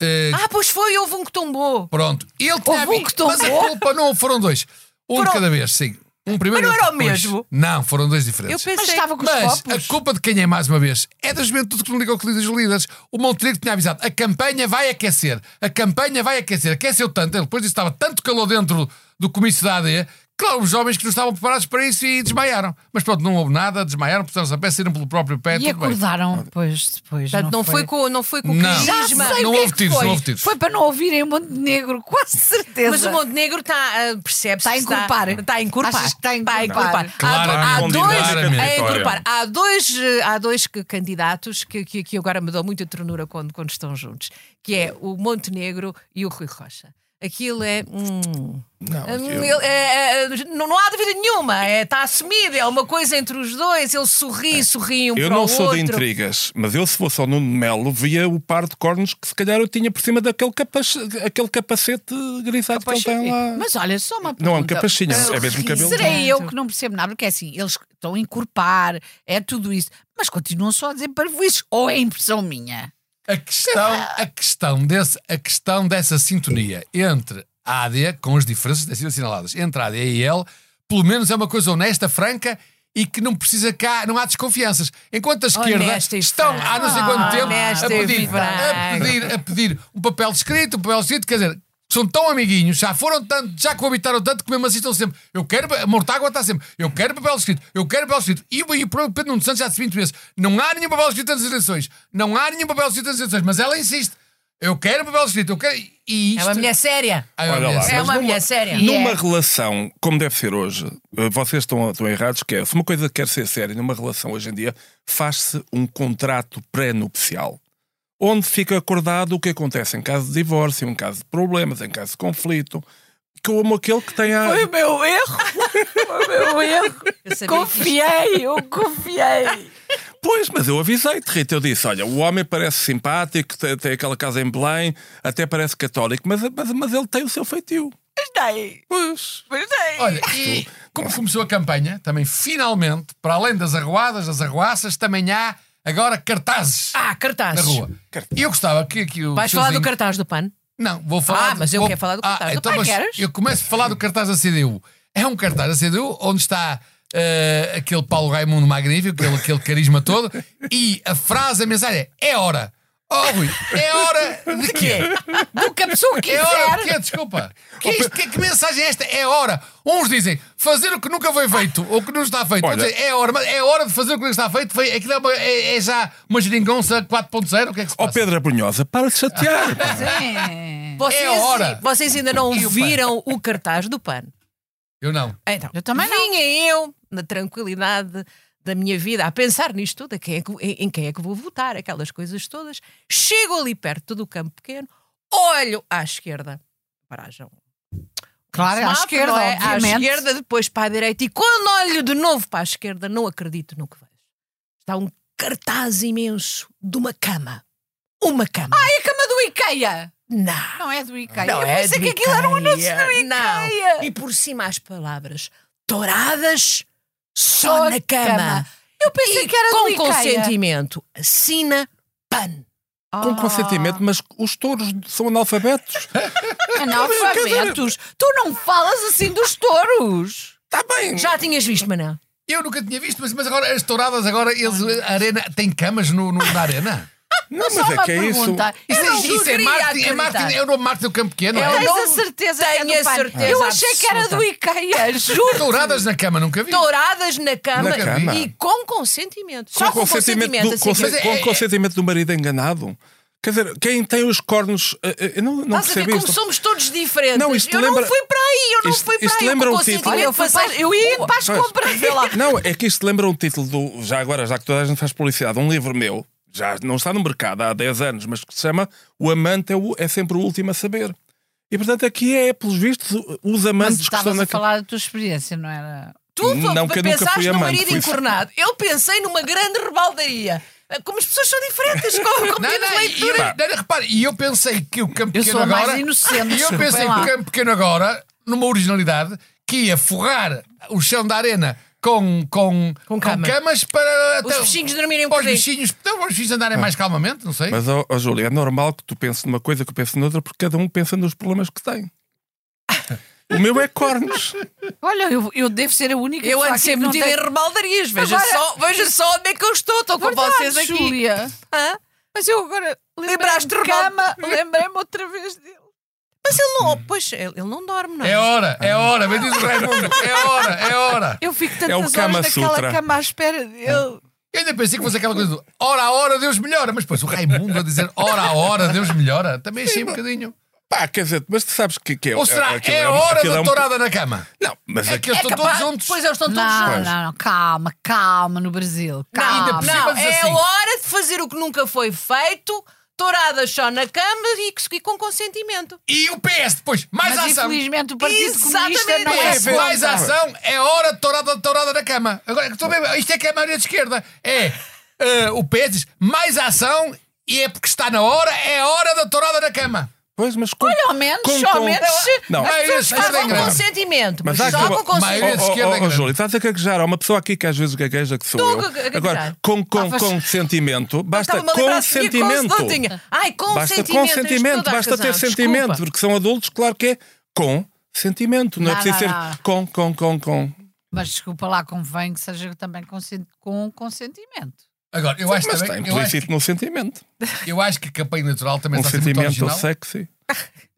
S4: eh,
S2: Ah, pois foi, houve um que tombou.
S4: Pronto. E ele tinha
S1: Houve um
S4: havido-
S1: que tombou.
S4: Mas a culpa não foram dois. Um de
S2: Foram-
S4: cada vez, sim. Um primeiro.
S2: Mas não
S4: e
S2: era o
S4: outro depois.
S2: mesmo?
S4: Não, foram dois
S2: Eu
S4: diferentes.
S2: pensei.
S1: Mas estava com os
S4: Mas
S1: copos.
S4: a culpa de quem é, mais uma vez, é da juventude que não ligou com os líderes. O Montenegro tinha avisado: a campanha vai aquecer, a campanha vai aquecer. Aqueceu tanto, ele depois disso estava tanto calor dentro do comício da AD. Claro, os jovens que não estavam preparados para isso e desmaiaram. Mas pronto, não houve nada, desmaiaram, puseram-se a pé, saíram pelo próprio pé.
S1: E
S4: é tudo bem.
S1: acordaram depois. depois
S2: Portanto, não foi com não foi com o
S4: Não.
S1: Já
S2: crisma.
S1: sei
S4: Não
S1: o que é
S4: houve
S1: que
S4: tiros,
S1: foi.
S4: não houve tiros.
S1: Foi para não ouvirem o Montenegro, [LAUGHS] quase certeza.
S2: Mas o Montenegro está, ah, percebe-se.
S1: Está a
S2: que
S1: encorpar.
S2: Está tá a encorpar.
S1: Tá Achas que tá está a encorpar?
S2: Há, do- Tá há
S4: Claramente,
S2: dois,
S4: claramente.
S2: a encorpar. Há dois, eh, há dois que- candidatos que, que, que agora me dão muita ternura quando, quando estão juntos, que é o Montenegro e o Rui Rocha. Aquilo é. hum,
S3: Não,
S2: hum,
S3: aquilo-
S2: ele- é- é- não, não há dúvida nenhuma. É, Está assumido. É uma coisa entre os dois. Ele sorri, sorri um
S3: É. eu
S2: para
S3: não
S2: o
S3: sou
S2: outro.
S3: de intrigas, mas eu, se fosse ao Nuno Melo, via o par de cornos que se calhar eu tinha por cima daquele capac... aquele capacete grisalho que ele tem lá.
S1: Mas olha, só uma pergunta.
S3: Não é um capachinho, é mesmo cabelo.
S1: Serei
S2: Tanto.
S1: eu que não percebo nada, porque é assim, eles estão a encorpar, é tudo isso, mas continuam só a dizer parvoíces, ou é impressão minha?
S4: A questão, a, questão desse, a questão dessa sintonia entre a AD, com as diferenças que têm sido assinaladas, entre a AD e ele, pelo menos é uma coisa honesta, franca e que não precisa cá, não há desconfianças. Enquanto a esquerda
S2: Honesta e
S4: estão há não sei quanto
S2: franca.
S4: tempo
S2: Honesta
S4: a
S2: e
S4: pedir, a
S2: franca.
S4: pedir, a pedir um papel escrito, um papel escrito, quer dizer. São tão amiguinhos, já foram tanto, já coabitaram tanto que mesmo assim estão sempre. Eu quero. pa- Mortágua está sempre. Eu quero papel escrito, eu quero papel escrito. E, o- e o próprio Pedro Nuno Santos já disse 20 vezes: não há nenhum papel escrito nas eleições. Não há nenhum papel escrito nas eleições. Mas ela insiste: eu quero papel escrito, eu quero. E isto.
S2: É uma mulher séria.
S4: Ah, é uma
S3: Olha
S4: mulher
S3: lá,
S4: séria.
S2: É
S3: Mas
S2: uma
S3: numa-
S2: mulher séria.
S3: Numa
S1: É.
S3: relação, como deve ser hoje, eh, vocês estão, estão errados, que é, se uma coisa quer ser séria numa relação hoje em dia, faz-se um contrato pré-nupcial, onde fica acordado o que acontece em caso de divórcio, em caso de problemas, em caso de conflito, como aquele que tem a...
S5: Foi o meu erro. Foi o
S1: [LAUGHS]
S5: meu erro.
S2: Eu sabia que isto-
S5: Confiei, eu confiei.
S3: Pois, mas eu avisei-te, Rita. Eu disse: olha, o homem parece simpático, tem, tem aquela casa em Belém, até parece católico, mas, mas, mas ele tem o seu feitio.
S5: Mas dei,
S3: Pois.
S5: mas dei.
S4: Olha, e como começou a campanha, também finalmente, para além das arruadas, das arruaças, também há agora cartazes
S2: Ah, cartazes.
S4: na rua.
S3: Cartazes.
S4: E eu gostava que aqui o.
S2: Vais falar do
S4: Chilzinho-
S2: cartaz do PAN?
S4: Não, vou falar.
S2: Ah, mas eu
S4: vou-
S2: quero falar do cartaz do
S4: então,
S2: pai,
S4: mas
S2: queres?
S4: Eu começo a falar do cartaz da CDU. É um cartaz da CDU onde está eh, aquele Paulo Raimundo magnífico, aquele, aquele carisma todo, e a frase, a mensagem é: é hora. Oh, Rui, é hora de quê?
S1: Do que a
S3: [LAUGHS]
S1: pessoa
S4: É hora
S1: quiser.
S4: de quê? Desculpa. Que, é isto? que, que mensagem é esta? É hora. Uns dizem fazer o que nunca foi feito ou que não está feito.
S3: Olha-
S4: Outros dizem, é hora, mas é hora de fazer o que não está feito. Foi, aquilo é, uma- é- é já uma geringonça 4.0. O que é que se
S3: Ó
S4: passa?
S3: Pedro Abrunhosa, para de
S2: [LAUGHS]
S3: chatear. pá.
S1: Sim.
S2: Vocês,
S4: É hora.
S2: vocês ainda não
S4: E o PAN?
S2: viram o cartaz do PAN.
S4: Eu não.
S2: Então,
S1: Eu também não.
S2: vinha eu, na tranquilidade da minha vida, a pensar nisto tudo, a quem é que- em, em quem é que vou votar, aquelas coisas todas. Chego ali perto do campo pequeno, olho à esquerda, paragem.
S1: Claro, à
S2: semáforo,
S1: esquerda,
S2: não é?
S1: obviamente.
S2: À esquerda, depois para a direita. E quando olho de novo para a esquerda, não acredito no que vejo. Está um cartaz imenso de uma cama. Uma cama.
S1: É a cama do IKEA.
S2: não.
S1: Não é do IKEA.
S2: Não,
S1: eu
S2: é
S1: pensei
S2: de
S1: que aquilo era um anúncio
S2: Ikea.
S1: do IKEA.
S2: Não. E por cima as palavras douradas só,
S1: Só
S2: na
S1: na
S2: cama.
S1: cama. Eu pensei
S2: E
S1: que era do
S2: com
S1: IKEA.
S2: consentimento. Assina PAN.
S3: Com consentimento, mas os touros são analfabetos.
S1: Analfabetos. um Tu não falas assim dos touros.
S3: Está "Tá bem.
S2: Já tinhas visto, Manel?
S4: Eu nunca tinha visto, mas, mas agora as touradas, agora eles. A arena, tem camas no, no- na arena?
S3: Não,
S1: Só
S3: mas é
S1: uma
S3: que é isso.
S1: pergunta. Eu não
S4: é
S1: queria
S4: marketing, é, marketing,
S1: acreditar.
S4: é o novo marketing do campo pequeno. é?
S1: Tens
S2: não
S1: a certeza
S2: tenho
S1: que é do
S2: a
S1: PAN.
S2: certeza
S1: Eu achei que era
S2: absoluta.
S1: do [LAUGHS] IKEA, juro.
S4: Touradas na cama, nunca vi.
S2: Douradas na cama,
S3: Na cama.
S2: e com consentimento.
S3: Com
S2: Só com
S3: consentimento
S2: consentimento.
S3: do-
S2: assim,
S3: consen-
S2: mas é-
S3: com consentimento do marido enganado. Quer dizer, quem tem os cornos. eh, eh, Eu não, não
S2: Estás a ver
S3: percebo
S2: como
S3: isto.
S2: somos todos diferentes.
S3: Não, isto
S2: eu
S3: lembra-
S2: não fui para aí, eu não
S3: isto-
S2: fui para
S3: isto
S2: aí.
S3: lembra
S2: eu
S3: um
S2: com
S3: título.
S2: consentimento
S1: Olha, eu fui
S2: passei-
S1: para- eu ia para as
S3: Pois.
S1: compras, vê lá.
S3: Não, é que isto lembra um título do. Já agora, já que toda a gente faz publicidade, um livro meu, já não está no mercado há 10 anos, mas que se chama O Amante é, o- é sempre o último a saber. E portanto aqui é, pelos vistos, os
S1: Mas
S3: amantes que estão
S1: estavas
S3: na.
S1: a falar da tua experiência, não era?
S2: Tu
S3: Hum, Não, que eu nunca
S2: pensaste
S3: fui
S2: no
S3: amante,
S2: marido
S3: fui-
S2: encornado. Eu pensei numa grande rebaldaria. Eh, Como as pessoas são
S3: [LAUGHS]
S2: diferentes, como, como
S4: Não,
S2: temos
S4: não, e eu,
S2: leitura.
S4: não, não, repare, e eu pensei que o campo
S1: Eu
S4: pequeno
S1: sou a mais
S4: agora.
S1: inocente,
S4: e eu pensei
S1: desculpem
S4: que o
S1: lá.
S4: campo pequeno agora, numa originalidade, que ia forrar o chão da arena com, com,
S2: Com cama.
S4: camas para.
S2: Os bichinhos dormirem um
S4: para os
S2: bocadinho.
S4: bichinhos, para os bichinhos andarem mais calmamente, não sei.
S3: Mas, ó, ó, Júlio, é normal que tu penses numa coisa que eu penso noutra, porque cada um pensa nos problemas que tem.
S1: [LAUGHS]
S3: O meu é cornos.
S1: Olha, eu, eu devo ser a única
S2: Eu
S1: pessoa
S2: ando
S1: aqui
S2: sempre
S1: que
S2: metida
S1: não
S2: em
S1: tem...
S2: rebaldarias. Veja,
S1: Agora-
S2: só, veja só onde é que eu estou. Estou com
S1: Verdade,
S2: vocês aqui.
S1: Júlia.
S2: Hã?
S1: Mas eu agora lembraste
S2: Lembraste
S1: de
S2: do
S1: cama, lembrei-me outra vez dele.
S2: Mas ele não. Pois, ele ele não dorme, não é?
S4: É hora, é hora, bendito Raimundo, é hora, é hora.
S1: Eu fico
S3: É o
S1: tantas
S3: Kama
S1: horas naquela
S3: Sutra. É.
S1: cama à espera dele.
S4: Eu ainda pensei que fosse aquela coisa do hora a hora Deus melhora, mas depois o Raimundo a dizer hora a hora Deus melhora, também achei um bocadinho.
S3: Pá, quer dizer, mas tu sabes que, que é.
S4: Ou será
S3: aquilo
S4: é
S3: um-
S4: hora
S3: aquilo é
S4: da
S3: um-
S4: tourada na cama?
S3: Não, mas
S4: É que eles
S2: É
S4: estão
S2: capaz-
S4: todos juntos.
S2: Pois eles estão todos
S1: Não,
S2: juntos.
S1: não, não, calma, calma no Brasil.
S4: ainda
S1: Calma.
S4: por cima
S2: Não,
S4: diz
S2: é
S4: assim.
S2: hora de fazer o que nunca foi feito, touradas só na cama e, que- e com consentimento.
S4: E o PS depois, mais
S1: Mas
S4: ação.
S1: infelizmente o Partido Comunista
S2: Exatamente.
S1: não é
S3: assim.
S4: PS, mais
S1: contra.
S4: ação, é hora de tourada, tourada na cama. Agora, estou bem, isto é que é a maioria de esquerda. É, eh, o PS diz, mais ação e é porque está na hora, é hora da tourada na cama.
S3: Pois, mas com,
S1: Olha, ao menos, ao menos, se-
S3: Não,
S4: Mas-
S2: As pessoas
S4: isso é bem
S2: falam com
S4: grave.
S2: consentimento, mas,
S3: Mas há
S2: só
S3: que-
S2: com consentimento.
S4: maioria de esquerda é
S3: oh, oh,
S4: grande.
S3: Júlio, estás a gaguejar. Há uma pessoa aqui que às vezes gagueja que sou
S2: Estou a
S3: eu.
S2: gaguejar.
S3: Agora, com, com,
S2: Ah, faz- Então
S3: consentimento, basta
S2: Estava-me a lembrar a seguir com
S3: consentimento.
S2: sentimento. Ai, com
S3: Basta
S2: sentimento. tens
S3: consentimento,
S2: toda a
S3: basta ter
S2: razão,
S3: sentimento,
S2: desculpa.
S3: porque são adultos, claro que é com sentimento, não é
S1: Não,
S3: preciso
S1: não,
S3: ser
S1: não.
S3: com, com, com, com.
S1: Mas desculpa lá, convém que seja também com, sen- com consentimento.
S4: Agora, eu acho,
S3: Mas está
S4: também, eu, acho,
S3: implícito no sentimento.
S4: que- eu acho que a campanha eleitoral também
S3: Um
S4: está a ser muito
S3: sentimento
S4: original.
S3: sexy.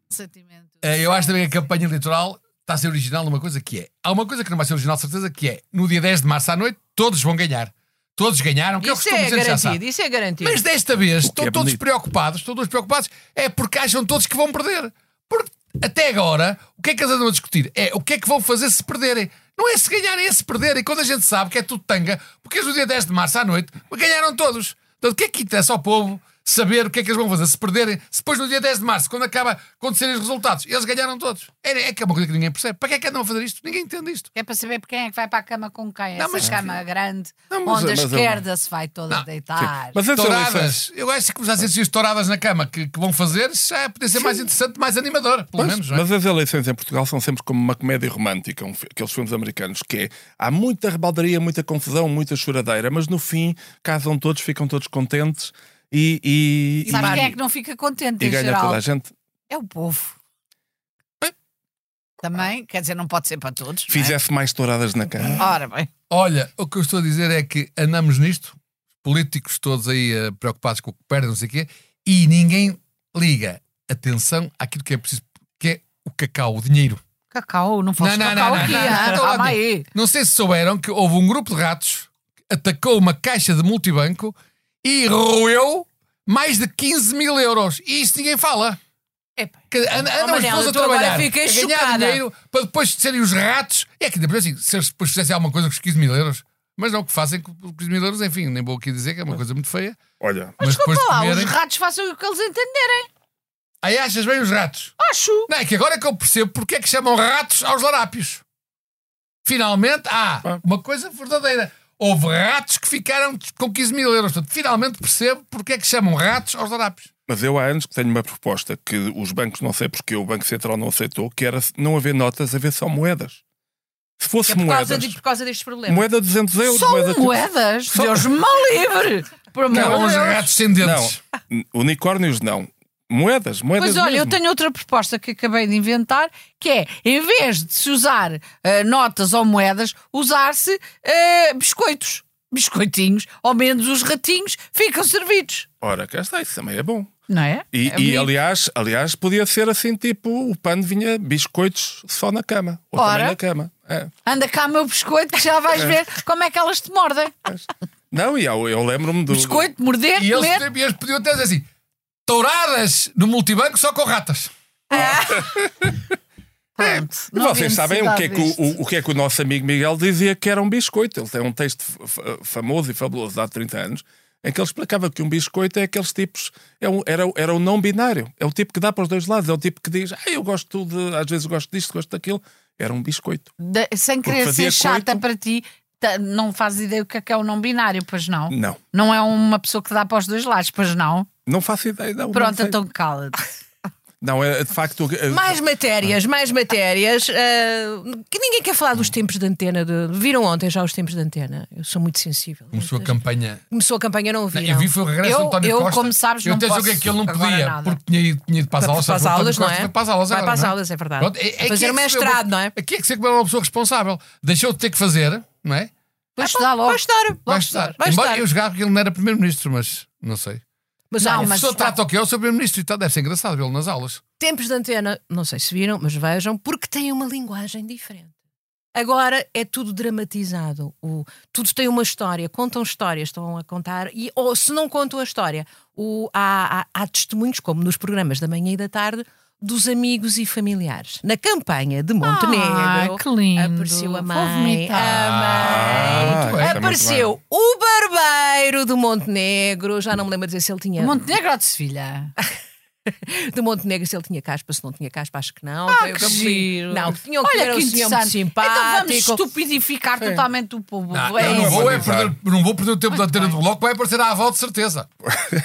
S1: Consentimento.
S4: Eh, Eu acho também que a campanha eleitoral está a ser original numa coisa que é. Há uma coisa que não vai ser original, de certeza, que é no dia 10 de março à noite, todos vão ganhar. Todos ganharam, que é o que
S2: Isso
S4: costumo
S2: é
S4: dizer, já sabe.
S2: garantido, isso é garantido.
S4: Mas desta vez estão
S3: é
S4: todos
S3: bonito.
S4: preocupados, estão todos preocupados, é porque acham todos que vão perder. Porque até agora, o que é que eles andam a discutir? É o que é que vão fazer se perderem. Não é se ganharem, é se perderem. Quando a gente sabe que é tudo tanga, porque eles no dia 10 de março à noite ganharam todos. Então o que é que interessa ao povo saber o que é que eles vão fazer se perderem? Se depois no dia 10 de março, quando acaba acontecerem os resultados, eles ganharam todos. É, é que é uma coisa que ninguém percebe. Para que é que andam a fazer isto? Ninguém entende isto.
S1: É para saber quem é que vai para a cama com quem.
S4: Não,
S1: Essa
S4: mas-
S1: cama grande,
S3: Não, mas-
S1: onde a
S4: é
S3: mas-
S1: esquerda se vai toda deitar.
S3: Mas antes das eleições.
S4: Touradas, eu acho que os exercícios de touradas na cama que, que vão fazer já podia ser mais interessante, mais animador, pelo
S3: Pois,
S4: menos. não é?
S3: mas as eleições em Portugal são sempre como uma comédia romântica, um fi- aqueles filmes americanos, que é, há muita rebaldaria, muita confusão, muita choradeira, mas no fim casam todos, ficam todos contentes e, e,
S1: Sabe
S3: e-
S1: quem é que não fica contente
S3: e
S1: em
S3: ganha
S1: geral?
S3: toda a gente.
S1: É o povo. Também, quer dizer, não pode ser para todos. não é? Ah.
S3: Fizesse mais touradas na cara.
S1: Ora bem.
S4: Olha, o que eu estou a dizer é que andamos nisto, políticos todos aí eh, preocupados com o que perdem, não sei o quê, e ninguém liga atenção àquilo que é preciso, que é o cacau, o dinheiro.
S1: Cacau, não faço
S4: Não, não,
S1: cacau
S4: não,
S1: aqui.
S4: não, não,
S1: ah,
S4: não,
S2: então
S4: não,
S1: calma
S4: não.
S1: aí.
S4: Não sei se souberam que houve um grupo de ratos que atacou uma caixa de multibanco e roeu mais de 15 mil euros. E isso ninguém fala.
S2: Epá. Oh,
S4: Que an- andam as
S2: Manel,
S4: pessoas a
S2: eu tô agora
S4: trabalhar,
S2: fiquei
S4: a ganhar
S2: chocada.
S4: dinheiro, para depois serem os ratos. E é que depois, assim, se eles depois fizessem alguma coisa com os 15 mil euros, mas não, o que fazem com os 15 mil euros, enfim, nem vou aqui dizer que é uma coisa muito feia.
S3: Olha,
S4: Mas, depois de
S1: Desculpa lá,
S4: comerem.
S1: os ratos façam o que eles entenderem.
S4: Aí achas bem os ratos?
S1: Acho.
S4: Não, é que agora é que eu percebo porque é que chamam ratos aos larápios. Finalmente, há uma coisa verdadeira. Houve ratos que ficaram com 15 mil euros. Portanto, finalmente percebo porque é que chamam ratos aos larápios.
S3: mas eu há anos que tenho uma proposta que os bancos, não sei porque o Banco Central não aceitou, que era não haver notas, haver só moedas. Se fosse
S2: É por causa,
S3: moedas,
S2: de, por causa destes problemas.
S3: moeda de 200 euros,
S1: Só
S3: moeda de-
S1: moedas. Deus me livre. Por amor
S4: Não,
S1: de
S4: uns
S1: Deus.
S4: ratos sem
S3: Não,
S4: dentes.
S1: [LAUGHS]
S3: unicórnios não. Moedas, moedas
S1: Pois olha, eu
S3: É mesmo.
S1: tenho outra proposta que acabei de inventar, que é, em vez de se usar eh, notas ou moedas, usar-se eh, biscoitos, biscoitinhos, ao menos os ratinhos ficam servidos,
S3: Ora, cá está, isso também é bom.
S1: não é? É
S3: E, e,
S1: bonito.
S3: aliás, aliás, podia ser assim: tipo, o pano vinha biscoitos só na cama. Ou
S1: Ora.
S3: também na cama. É.
S1: Anda cá meu biscoito que já vais ver como é que elas te
S3: [LAUGHS]
S1: mordem.
S3: Não, e eu, eu lembro-me do.
S1: Biscoito, morder,
S4: E eles,
S1: comer.
S4: e eles podiam até dizer assim: touradas no multibanco só com ratas.
S1: Pronto,
S3: E
S1: não havia
S3: Vocês sabem o que, é que o,
S1: necessidade disto.
S3: o- o que é que o nosso amigo Miguel dizia que era um biscoito. Ele tem um texto f- f- famoso e fabuloso de há 30 anos em que ele explicava que um biscoito é aqueles tipos. É um, era, o- era o não binário. É o tipo que dá para os dois lados. É o tipo que diz: Ah, eu gosto de. Às vezes gosto disto, gosto daquilo. Era um biscoito.
S1: De- sem
S3: Porque
S1: querer
S3: fazia
S1: ser chata
S3: coito.
S1: para ti, ta- não fazes ideia o que é que é o não binário, pois não?
S3: Não.
S1: Não é uma pessoa que dá para os dois lados, pois não?
S3: Não faço ideia. Não, não
S1: Pronto,
S3: sei.
S1: então cala-te.
S3: Não, é de facto. é-
S2: Mais matérias, mais matérias. ah, que ninguém quer falar
S4: Hum.
S2: dos tempos de antena. de- Viram ontem já os tempos de antena? Eu sou muito sensível.
S4: Começou a campanha.
S2: Começou a campanha, não ouviram.
S4: Eu vi foi o regresso
S1: Eu-
S4: de António
S1: eu,
S4: Costa.
S1: como sabes,
S4: eu
S1: não
S4: até
S1: posso
S4: julguei que ele não
S1: agora
S4: podia,
S1: nada.
S4: porque tinha ido, tinha ido para as aulas.
S2: Para as
S4: sabe? O António
S2: aulas, não
S4: Costa
S2: é?
S4: Foi para as aulas
S2: Vai
S4: agora,
S2: para as
S4: não
S2: aulas, é verdade.
S4: Pronto,
S2: Para fazer
S4: que
S2: o
S4: se vê uma-
S2: mestrado, não é?
S4: Aqui é que se vê uma pessoa responsável. Deixou de ter que fazer, não é?
S1: Pois dá logo.
S2: Vai estar, logo
S4: Vai estar.
S2: Vai
S4: Embora
S2: estar.
S4: eu jogava que ele não era primeiro-ministro, mas não sei.
S2: Mas, tá.
S1: Não,
S2: olha,
S1: mas-
S4: Só trata o que é o seu primeiro-ministro e tal. Deve ser engraçado vê-lo nas aulas.
S2: tempos de antena, não sei se viram, mas vejam, porque tem uma linguagem diferente. Agora é tudo dramatizado, o, tudo tem uma história, contam histórias, estão a contar, e, ou se não contam a história, o- há, há- há testemunhos, como nos programas da manhã e da tarde, dos amigos e familiares. Na campanha de Montenegro
S1: Ah, que lindo.
S2: apareceu a
S1: Vou
S2: mãe,
S1: vomitar.
S2: a
S3: Ah,
S2: mãe.
S3: muito bem,
S2: apareceu o barbeiro de Montenegro, já não me lembro dizer se ele tinha
S1: Montenegro ou de Sevilha?
S2: de Montenegro se ele tinha caspa, se não tinha caspa, acho É que não.
S1: Ah,
S2: Foi o
S1: que
S2: eu me
S1: giro.
S2: lembro. Não, tinham que
S1: Olha
S2: ver,
S1: que
S2: um senhor muito
S1: interessante. Então vamos
S2: simpático.
S1: estupidificar totalmente o povo.
S4: Não,
S1: É
S4: eu não
S1: isso.
S4: vou, é
S3: Vou avisar.
S4: perder, não vou perder o tempo da antena do bloco, vai aparecer a avó de certeza.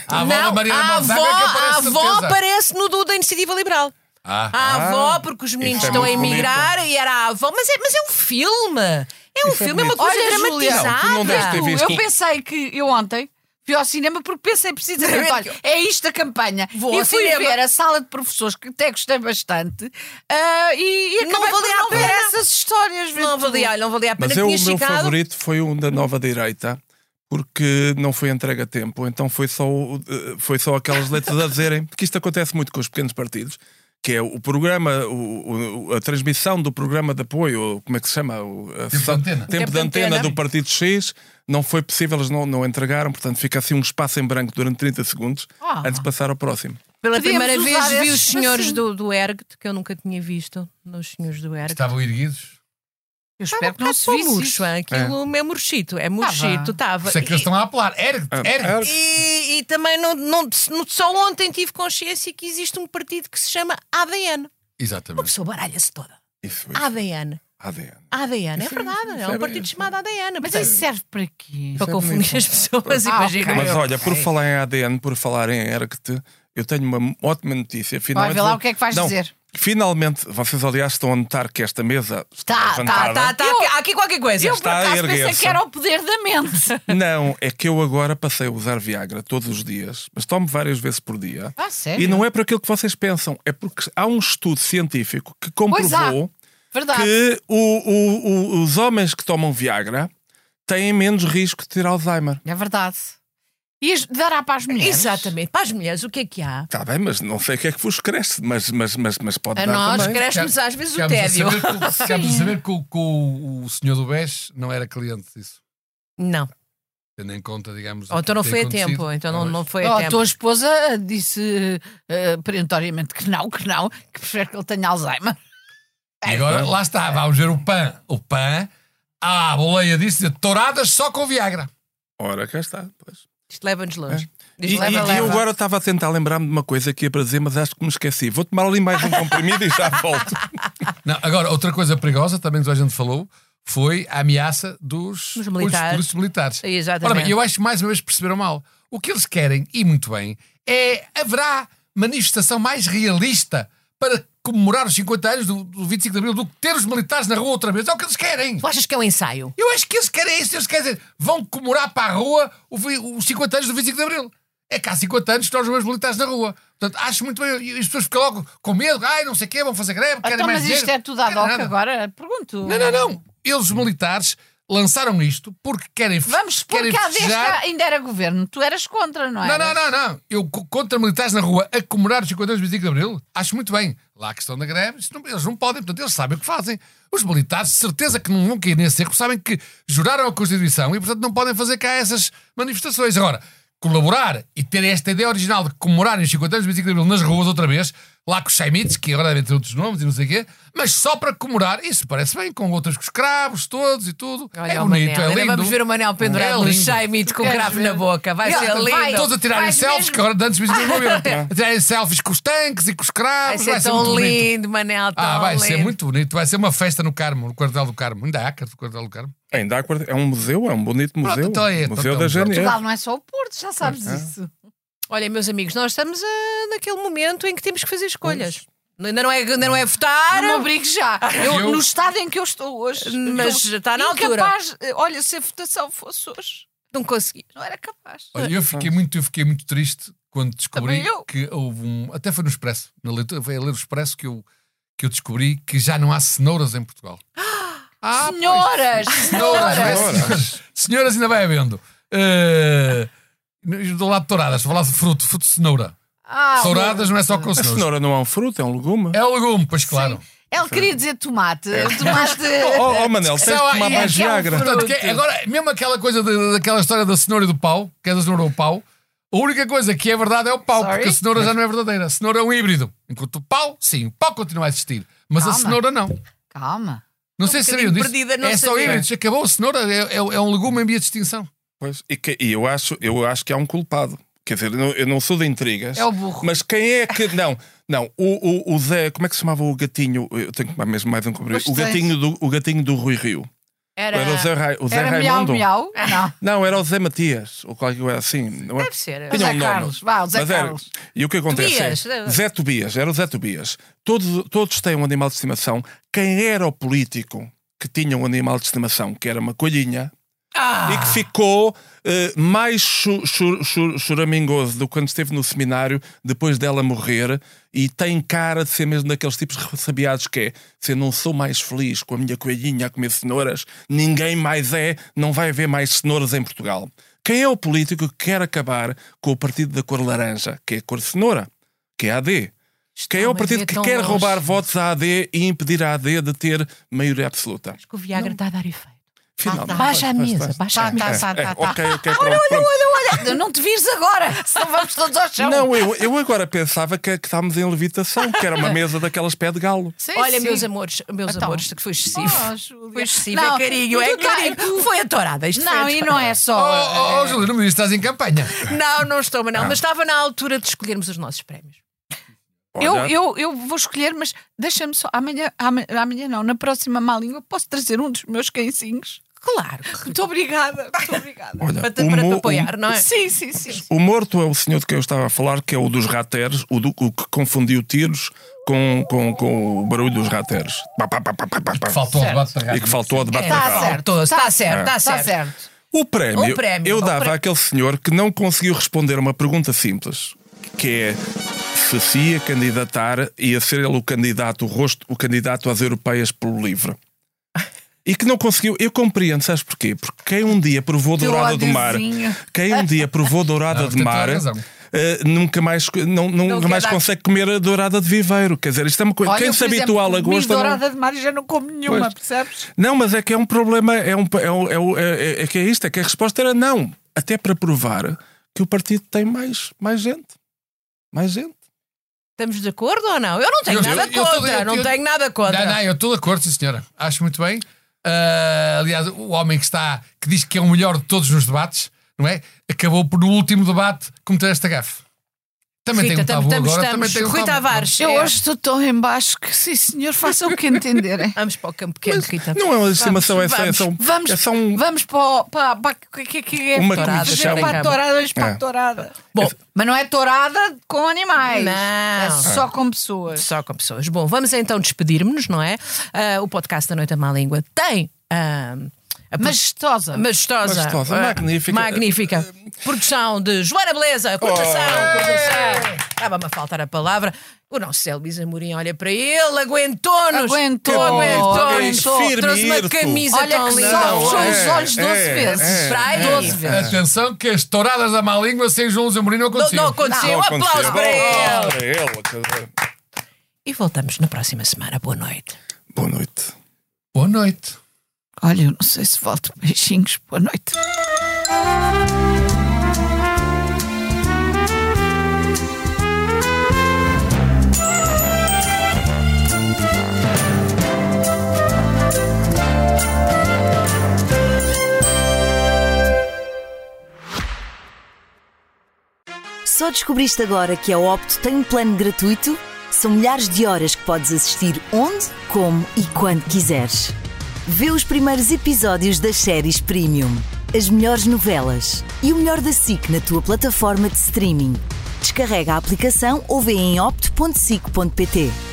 S4: A avó da
S2: Não,
S4: Mariana
S2: a avó,
S4: Montenegro é que
S2: a
S4: aparece de
S2: avó
S4: certeza.
S2: aparece no do da Iniciativa Liberal.
S4: Ah.
S2: A
S3: Ah,
S2: avó, porque os meninos
S3: isso é
S2: estão a
S3: muito
S2: emigrar e era a avó. Mas é, mas é um filme. É um filme, é uma coisa
S1: Olha, Julia,
S2: dramatizada.
S3: tu não deves ter visto.
S1: Eu pensei que eu ontem fui ao cinema porque pensei precisamente, olha, é isto a campanha.
S2: Vou ao
S1: e fui
S2: cinema.
S1: ver a sala de professores, que até gostei bastante, ah, e, e
S2: Não
S1: acabei por
S2: valia a
S1: não ver
S2: pena.
S1: essas histórias. vê
S2: Não
S1: tudo.
S2: valia, não valia a [LAUGHS] pena.
S3: Mas eu,
S2: tinha
S3: o meu
S2: chegado.
S3: favorito foi um da nova direita, porque não foi entregue a tempo, então foi só, o- eh, foi só aquelas letras a dizerem, porque isto acontece muito com os pequenos partidos, que é o programa, o- o- a transmissão do programa de apoio, ou como é que se chama? O, a sessão-
S4: de antena.
S3: tempo
S2: Tempo
S3: de
S2: de
S3: antena
S2: antena.
S3: do partido X, não foi possível, eles não, não entregaram, portanto fica assim um espaço em branco durante 30 segundos
S1: Ah.
S3: antes de passar ao próximo.
S2: Pela
S1: Podíamos
S2: primeira
S1: usar
S2: vez vi
S1: esse
S2: os senhores
S1: espacinho.
S2: do, do Ergt, que eu nunca tinha visto. Nos senhores do Ergt.
S4: Estavam erguidos.
S1: Eu
S2: Estava
S1: espero
S2: um
S1: que não
S2: bocado
S1: se
S2: para o
S1: visse.
S2: murcho,
S1: isso.
S2: hein? aquilo é murchito, é murchito,
S4: Por
S2: estava.
S4: isso é que
S2: E-
S4: eles estão a apelar. Ergue,
S3: Ah,
S4: ergue.
S3: ergue.
S2: E, e também não, não- só ontem tive consciência que existe um partido que se chama ADN. Uma
S4: Exatamente.
S2: pessoa baralha-se toda.
S3: Isso, isso.
S2: Ah, ADN.
S3: ADN.
S2: ADN, é
S3: Isso é-
S2: verdade.
S3: isso
S2: É
S3: é
S2: um
S3: bem-
S2: partido chamado ADN.
S1: Mas isso serve para quê?
S2: para
S3: é
S2: confundir
S3: bonito.
S2: as pessoas,
S1: Ah,
S2: imagina.
S1: ok.
S3: Mas olha, por falar em ADN, por falar em ERCT, eu tenho uma ótima notícia.
S1: Vai
S3: Finalmente,
S1: ver lá
S3: vou-
S1: o que é que vais
S3: Não,
S1: dizer.
S3: Finalmente, vocês aliás estão a notar que esta mesa está
S1: Tá,
S3: levantada.
S2: Tá, tá, aqui- há aqui qualquer coisa.
S1: Eu, por
S3: Está a
S1: acaso, pensei
S3: erguer-se.
S1: que era o poder da
S2: [LAUGHS]
S1: mente.
S3: Não, é que eu agora passei a usar Viagra todos os dias, mas tomo várias vezes por dia.
S1: Ah, sério?
S3: E não é por aquilo que vocês pensam, é porque há um estudo científico que
S1: Pois há. tá.
S3: comprovou
S1: Verdade.
S3: que o- o- o- os homens que tomam Viagra têm menos risco de ter Alzheimer.
S1: É verdade. E as- dará para as mulheres.
S2: Exatamente. Para as mulheres, o que é que há?
S3: Está Tá bem, mas não sei o que é que vos cresce, mas, mas, mas, mas pode
S2: A
S3: dar
S2: nós
S3: também.
S2: cresce-nos às vezes o
S4: Ficámos a
S2: tédio.
S4: saber que o- Ficámos a saber que o- que o o senhor do BES não era cliente disso.
S2: Não.
S4: Tendo em conta, digamos.
S2: Ou então não
S4: o que
S2: foi a
S4: tem
S2: tempo.
S4: acontecido.
S2: Então não, não foi
S1: Oh,
S2: a
S1: a tua
S2: tempo.
S1: esposa eh, disse eh, perentoriamente que não, que não, que prefere que ele tenha Alzheimer.
S4: E agora, lá está, vamos ver o PAN. O PAN, a boleia disse de touradas só com Viagra.
S3: Ora, cá está. Pois.
S2: Isto leva-nos longe. Diz,
S3: É. E,
S2: leva,
S3: e- e eu
S2: leva.
S3: agora estava a tentar lembrar-me de uma coisa que ia para dizer, mas acho que me esqueci. Vou tomar ali mais um comprimido e já
S2: [LAUGHS]
S3: volto.
S4: Não, agora, outra coisa perigosa, também que a gente falou, foi a ameaça
S2: Dos
S4: dos polícias-
S2: militares.
S4: polícias militares.
S2: Exatamente.
S4: Ora bem, eu acho que mais uma vez perceberam mal. O que eles querem, e muito bem, é haverá manifestação mais realista para comemorar os 50 anos do, do 25 de Abril do que ter os militares na rua outra vez. É o que eles querem.
S2: Tu achas que é um ensaio?
S4: Eu acho que eles querem isso. Eles querem dizer, vão comemorar para a rua o vi- os 50 anos do 25 de Abril. É que há 50 anos que nós vemos militares na rua. Portanto, acho muito bem. E as pessoas ficam logo com medo. Ai, não sei o quê, vão fazer greve, querem
S1: Então,
S4: mais
S1: mas
S4: dinheiro.
S1: isto é tudo ad hoc
S4: Querem nada.
S1: agora? Pergunto.
S4: Não, não, não. Eles, os militares, lançaram isto porque querem fe-
S1: Vamos supor
S4: querem
S1: que há 10
S4: festejar-
S1: cá ainda era governo. Tu eras contra, não é?
S4: Não, não, não, não. Eu co- contra militares na rua a comemorar os 50 anos do 25 de Abril, acho muito bem. Lá a questão da greve, isso não- eles não podem, portanto, eles sabem o que fazem. Os militares, de certeza que não vão cair nesse erro, sabem que juraram a Constituição e, portanto, não podem fazer cá essas manifestações. Agora, colaborar e ter esta ideia original de comemorarem os 50 anos do 25 de Abril nas ruas outra vez, lá com os Chaimites, que agora devem ter outros nomes e não sei o quê, mas só para comemorar, isso parece bem, com outras com os cravos todos e tudo.
S2: Olha,
S4: é
S2: o
S4: bonito,
S2: Manel.
S4: é
S2: Ainda
S4: lindo.
S2: Vamos ver o Manel
S4: É
S2: pendurado no
S4: lindo.
S2: chaimite com o
S1: Queres
S2: cravo
S1: ver?
S2: na boca. Vai
S1: Ele
S2: ser
S1: vai-
S2: É lindo.
S4: Todos a tirarem
S1: Vais
S4: selfies,
S1: mesmo?
S4: que agora antes mesmo é não viram.
S2: [LAUGHS]
S4: A tirarem selfies com os tanques e com os
S2: Vai
S4: cravos.
S2: ser é tão
S4: Ah, muito bonito.
S2: lindo, Manel. Tão
S4: Ah, vai
S2: lindo.
S4: ser muito bonito. Vai ser uma festa no Carmo, no quartel do Carmo. Ainda há do quartel do Carmo.
S3: Ainda há quart- É um museu, é um bonito museu.
S4: então é, então
S3: museu
S4: é um
S3: da
S4: museu.
S3: GNR.
S1: Portugal não é só o Porto, já sabes
S4: Ah.
S1: isso.
S2: Olha, meus amigos, nós estamos ah, naquele momento em que temos que fazer escolhas. Ainda não é, ainda não é votar.
S1: Não me obrigue já. Eu,
S4: Ah. Eu-
S1: No estado em que eu estou hoje.
S2: Mas
S1: eu-
S2: está na altura.
S1: incapaz- eh, Olha, se a votação fosse hoje,
S2: Não consegui.
S1: não era capaz.
S4: Olha, eu fiquei muito, eu fiquei muito triste quando descobri
S1: Também eu.
S4: que houve um. Até foi no Expresso, na leitura, foi a ler o Expresso que eu, que eu descobri que já não há cenouras em Portugal. Ah, pois.
S1: senhoras,
S4: Senhoras, não é
S1: senhoras.
S4: senhoras. Senhoras, ainda vai havendo. Eh, do lado de touradas, vou falar de fruto, fruto de cenoura.
S1: Ah,
S4: Touradas não é só com
S3: A
S4: cenouras.
S3: cenoura não é um fruto, é um legume.
S4: É o legume, pois claro.
S1: Ele queria dizer tomate.
S4: É.
S1: Tomate.
S4: [LAUGHS]
S3: Oh, oh, Manel, tens de
S4: Só aí
S3: tomar
S4: é
S3: mais
S1: que é um
S3: Viagra.
S1: fruto.
S4: Portanto, que- agora, mesmo aquela coisa de- daquela história da cenoura e do pau, que é da cenoura ao pau, A única coisa que é verdade é o pau,
S1: Sorry.
S4: porque a cenoura já não é verdadeira. A cenoura é um híbrido. Enquanto o pau, sim, o pau continua a existir. Mas a
S1: Calma.
S4: cenoura não.
S1: Calma.
S4: Não sei se sabiam
S2: bocadinho
S4: disso.
S2: perdida, não
S4: é só
S2: sabia.
S4: híbridos. Acabou a cenoura. É, é- é um legume em via de extinção.
S3: Pois, e, que- e eu, acho, eu acho que há um culpado. Quer dizer, eu não- eu não sou de intrigas.
S1: É o burro.
S3: Mas quem é que. Não, não. O, o, o Zé. Como é que se chamava o gatinho? Eu tenho que tomar mesmo mais um comprimido. O
S1: Pois tens.
S3: gatinho, do, o gatinho do Rui Rio.
S2: Era...
S3: Era o Zé, Ra, o Zé
S1: Era miau,
S3: Raimundo.
S1: miau.
S2: É.
S1: Não.
S3: Não, era o Zé Matias. Ou qualquer coisa assim. não é?
S2: Deve ser.
S3: Tinha
S1: Zé
S3: um nome.
S1: Carlos, vá, o Zé
S3: Mas era-
S1: Carlos. eh.
S3: E o que acontece
S2: Tobias,
S3: é,
S2: era-
S3: Zé Tobias, era o Zé Tobias. Todos, todos têm um animal de estimação. Quem era o político que tinha um animal de estimação, que era uma colhinha, e que ficou eh, mais chu- chu- chu- choramingoso do que quando esteve no seminário, depois dela morrer, e tem cara de ser mesmo daqueles tipos ressabiados que é se eu não sou mais feliz com a minha coelhinha a comer cenouras, ninguém mais é, não vai haver mais cenouras em Portugal. Quem é o político que quer acabar com o partido da cor laranja, que é a cor cenoura, que é a AD? Quem é
S2: Estão
S3: o
S2: a
S3: partido
S2: ver
S3: que
S2: tão
S3: quer
S2: longe.
S3: roubar votos à AD e impedir a AD de ter maioria absoluta?
S2: Que o Viagra está a dar efeito.
S3: Finalmente.
S2: Baixa a
S3: Pois,
S2: mesa,
S3: pois,
S2: baixa a
S1: Tá, tá,
S2: mesa.
S1: tá,
S3: é,
S1: tá, tá.
S3: ok,
S2: Ah,
S3: ok, pronto, pronto.
S1: Olha, não te vires agora, senão vamos todos ao chão.
S3: Não, eu, eu agora pensava que, que estávamos em levitação, que era
S2: [LAUGHS]
S3: uma mesa daquelas pé de galo.
S1: Sim,
S2: Olha,
S1: sim.
S2: meus amores, meus
S1: Então.
S2: amores, que foi excessivo.
S1: Oh, Júlia.
S2: foi excessivo,
S1: Não,
S2: é carinho,
S1: tu
S2: é
S1: tá-
S2: carinho. Foi atorada, isto foi
S1: Não, e não é
S4: Oh,
S1: só.
S4: oh, oh Júlio, não me disse que estás em campanha.
S2: Não, não estou, mas não. Mas estava na altura de escolhermos os nossos prémios.
S1: Eu,
S3: Olha,
S1: eu, eu vou escolher, mas deixa-me só. Amanhã, ama- amanhã não, na próxima má língua, posso trazer um dos meus cãezinhos?
S2: Claro.
S1: Muito obrigada, muito obrigada.
S3: olha,
S2: Para te,
S3: o,
S2: para te
S3: mo-
S2: apoiar, não é?
S1: Sim, sim, sim.
S3: o morto é o senhor de quem eu estava a falar, que é o dos rateros, o, do- o que confundiu tiros com, com, com o barulho dos rateros. Pá, pá, pá, pá, pá, pá, pá.
S4: Faltou ao debate da
S3: E que faltou ao debate
S1: Tá
S3: naval.
S1: certo,
S2: Está
S1: tá
S2: certo, está
S1: Está
S2: certo.
S1: certo.
S3: O prémio,
S2: Um prémio,
S3: eu
S2: um
S3: dava
S2: prémio.
S3: àquele senhor que não conseguiu responder a uma pergunta simples, que é se se ia candidatar, ia ser ele o candidato, o rosto, o candidato às europeias pelo livre. E que não conseguiu, eu compreendo, sabes porquê? Porque quem um dia provou
S1: Que
S3: dourada do mar,
S1: ódiozinho.
S3: quem um dia provou dourada
S4: Não,
S3: de
S4: tem toda a
S3: mar,
S4: razão.
S3: eh, nunca mais, não, não- nunca
S2: quer
S3: mais
S2: dar-
S3: consegue comer a dourada de viveiro. Quer dizer, isto é uma coisa.
S1: Olha,
S3: quem
S1: eu,
S3: se
S1: por exemplo,
S3: habitua à
S1: comi
S3: lagosta. não-
S1: dourada de mar e já não como nenhuma,
S3: Pois.
S1: percebes?
S3: não, mas é que é um problema, é, um, é, um- é, um- é- é- é que é isto, é que a resposta era não. Até para provar que o partido tem mais, mais gente. Mais gente.
S2: Estamos de acordo ou não? Eu não tenho
S4: Eu-
S2: nada
S4: eu- eu tô-
S2: contra,
S4: eu-
S2: não
S4: eu-
S2: tenho nada
S4: Não,
S2: contra.
S4: não, eu estou de acordo, sim, senhora. Acho muito bem. Ah, aliás, o homem que está, que diz que é o melhor de todos nos debates, não é? Acabou por, no último debate, cometer esta gafe. Também
S2: Rita,
S4: tem um
S2: estamos,
S4: tabu
S2: estamos,
S4: agora.
S2: estamos.
S4: Também tem um
S2: Rui
S4: tabu.
S2: Tavares,
S1: Eu
S2: é.
S1: hoje estou tão em baixo que, sim, senhor, façam o que [LAUGHS] entenderem.
S2: Vamos para o campo pequeno, Rita.
S3: Não é uma estimação, é só- é
S2: vamos,
S3: só um-
S1: Vamos,
S3: é só um.
S1: vamos para, o- para, para, que- que- que é
S3: Uma
S1: tourada, Para
S3: comissão.
S1: a tourada, vamos para
S3: É.
S1: a tourada.
S2: Bom,
S1: Mas não é tourada com animais.
S2: Não.
S1: É só com pessoas.
S2: Só com pessoas. Bom, vamos então despedir-nos, não é? Ah, o podcast da Noite à Má Língua tem. ah, a pro-
S1: Majestosa.
S2: Majestosa.
S3: Majestosa,
S2: Ah,
S3: magnífica.
S2: Magnífica. Produção de Joana Beleza. Coordenação. coordenação. Estava-me a faltar a palavra. O nosso Elvis Amorim olha para ele, aguentou-nos.
S1: Aguentou,
S2: aguentou-nos.
S3: aguentou.
S2: Trouxe uma
S3: Firme,
S2: camisa
S1: Olha
S2: tão
S1: que
S2: linda.
S1: só fechou
S3: é,
S1: os olhos 12
S3: é,
S1: vezes.
S3: é,
S1: Para aí,
S2: é.
S1: 12 vezes.
S4: Atenção, que as touradas da má língua sem João Zamorim não
S2: Não,
S4: aconteceu.
S2: não aconteceu. Um aplauso para ele.
S3: Para ele, quer dizer.
S2: E voltamos na próxima semana. Boa noite.
S3: Boa noite.
S4: Boa noite.
S1: Olha, eu não sei se volto. Beijinhos, boa noite.
S6: Só descobriste agora que a Opto tem um plano gratuito? São milhares de horas que podes assistir onde, como e quando quiseres. Vê os primeiros episódios das séries Premium, as melhores novelas e o melhor da SIC na tua plataforma de streaming. Descarrega a aplicação ou vê em opto.sic.pt.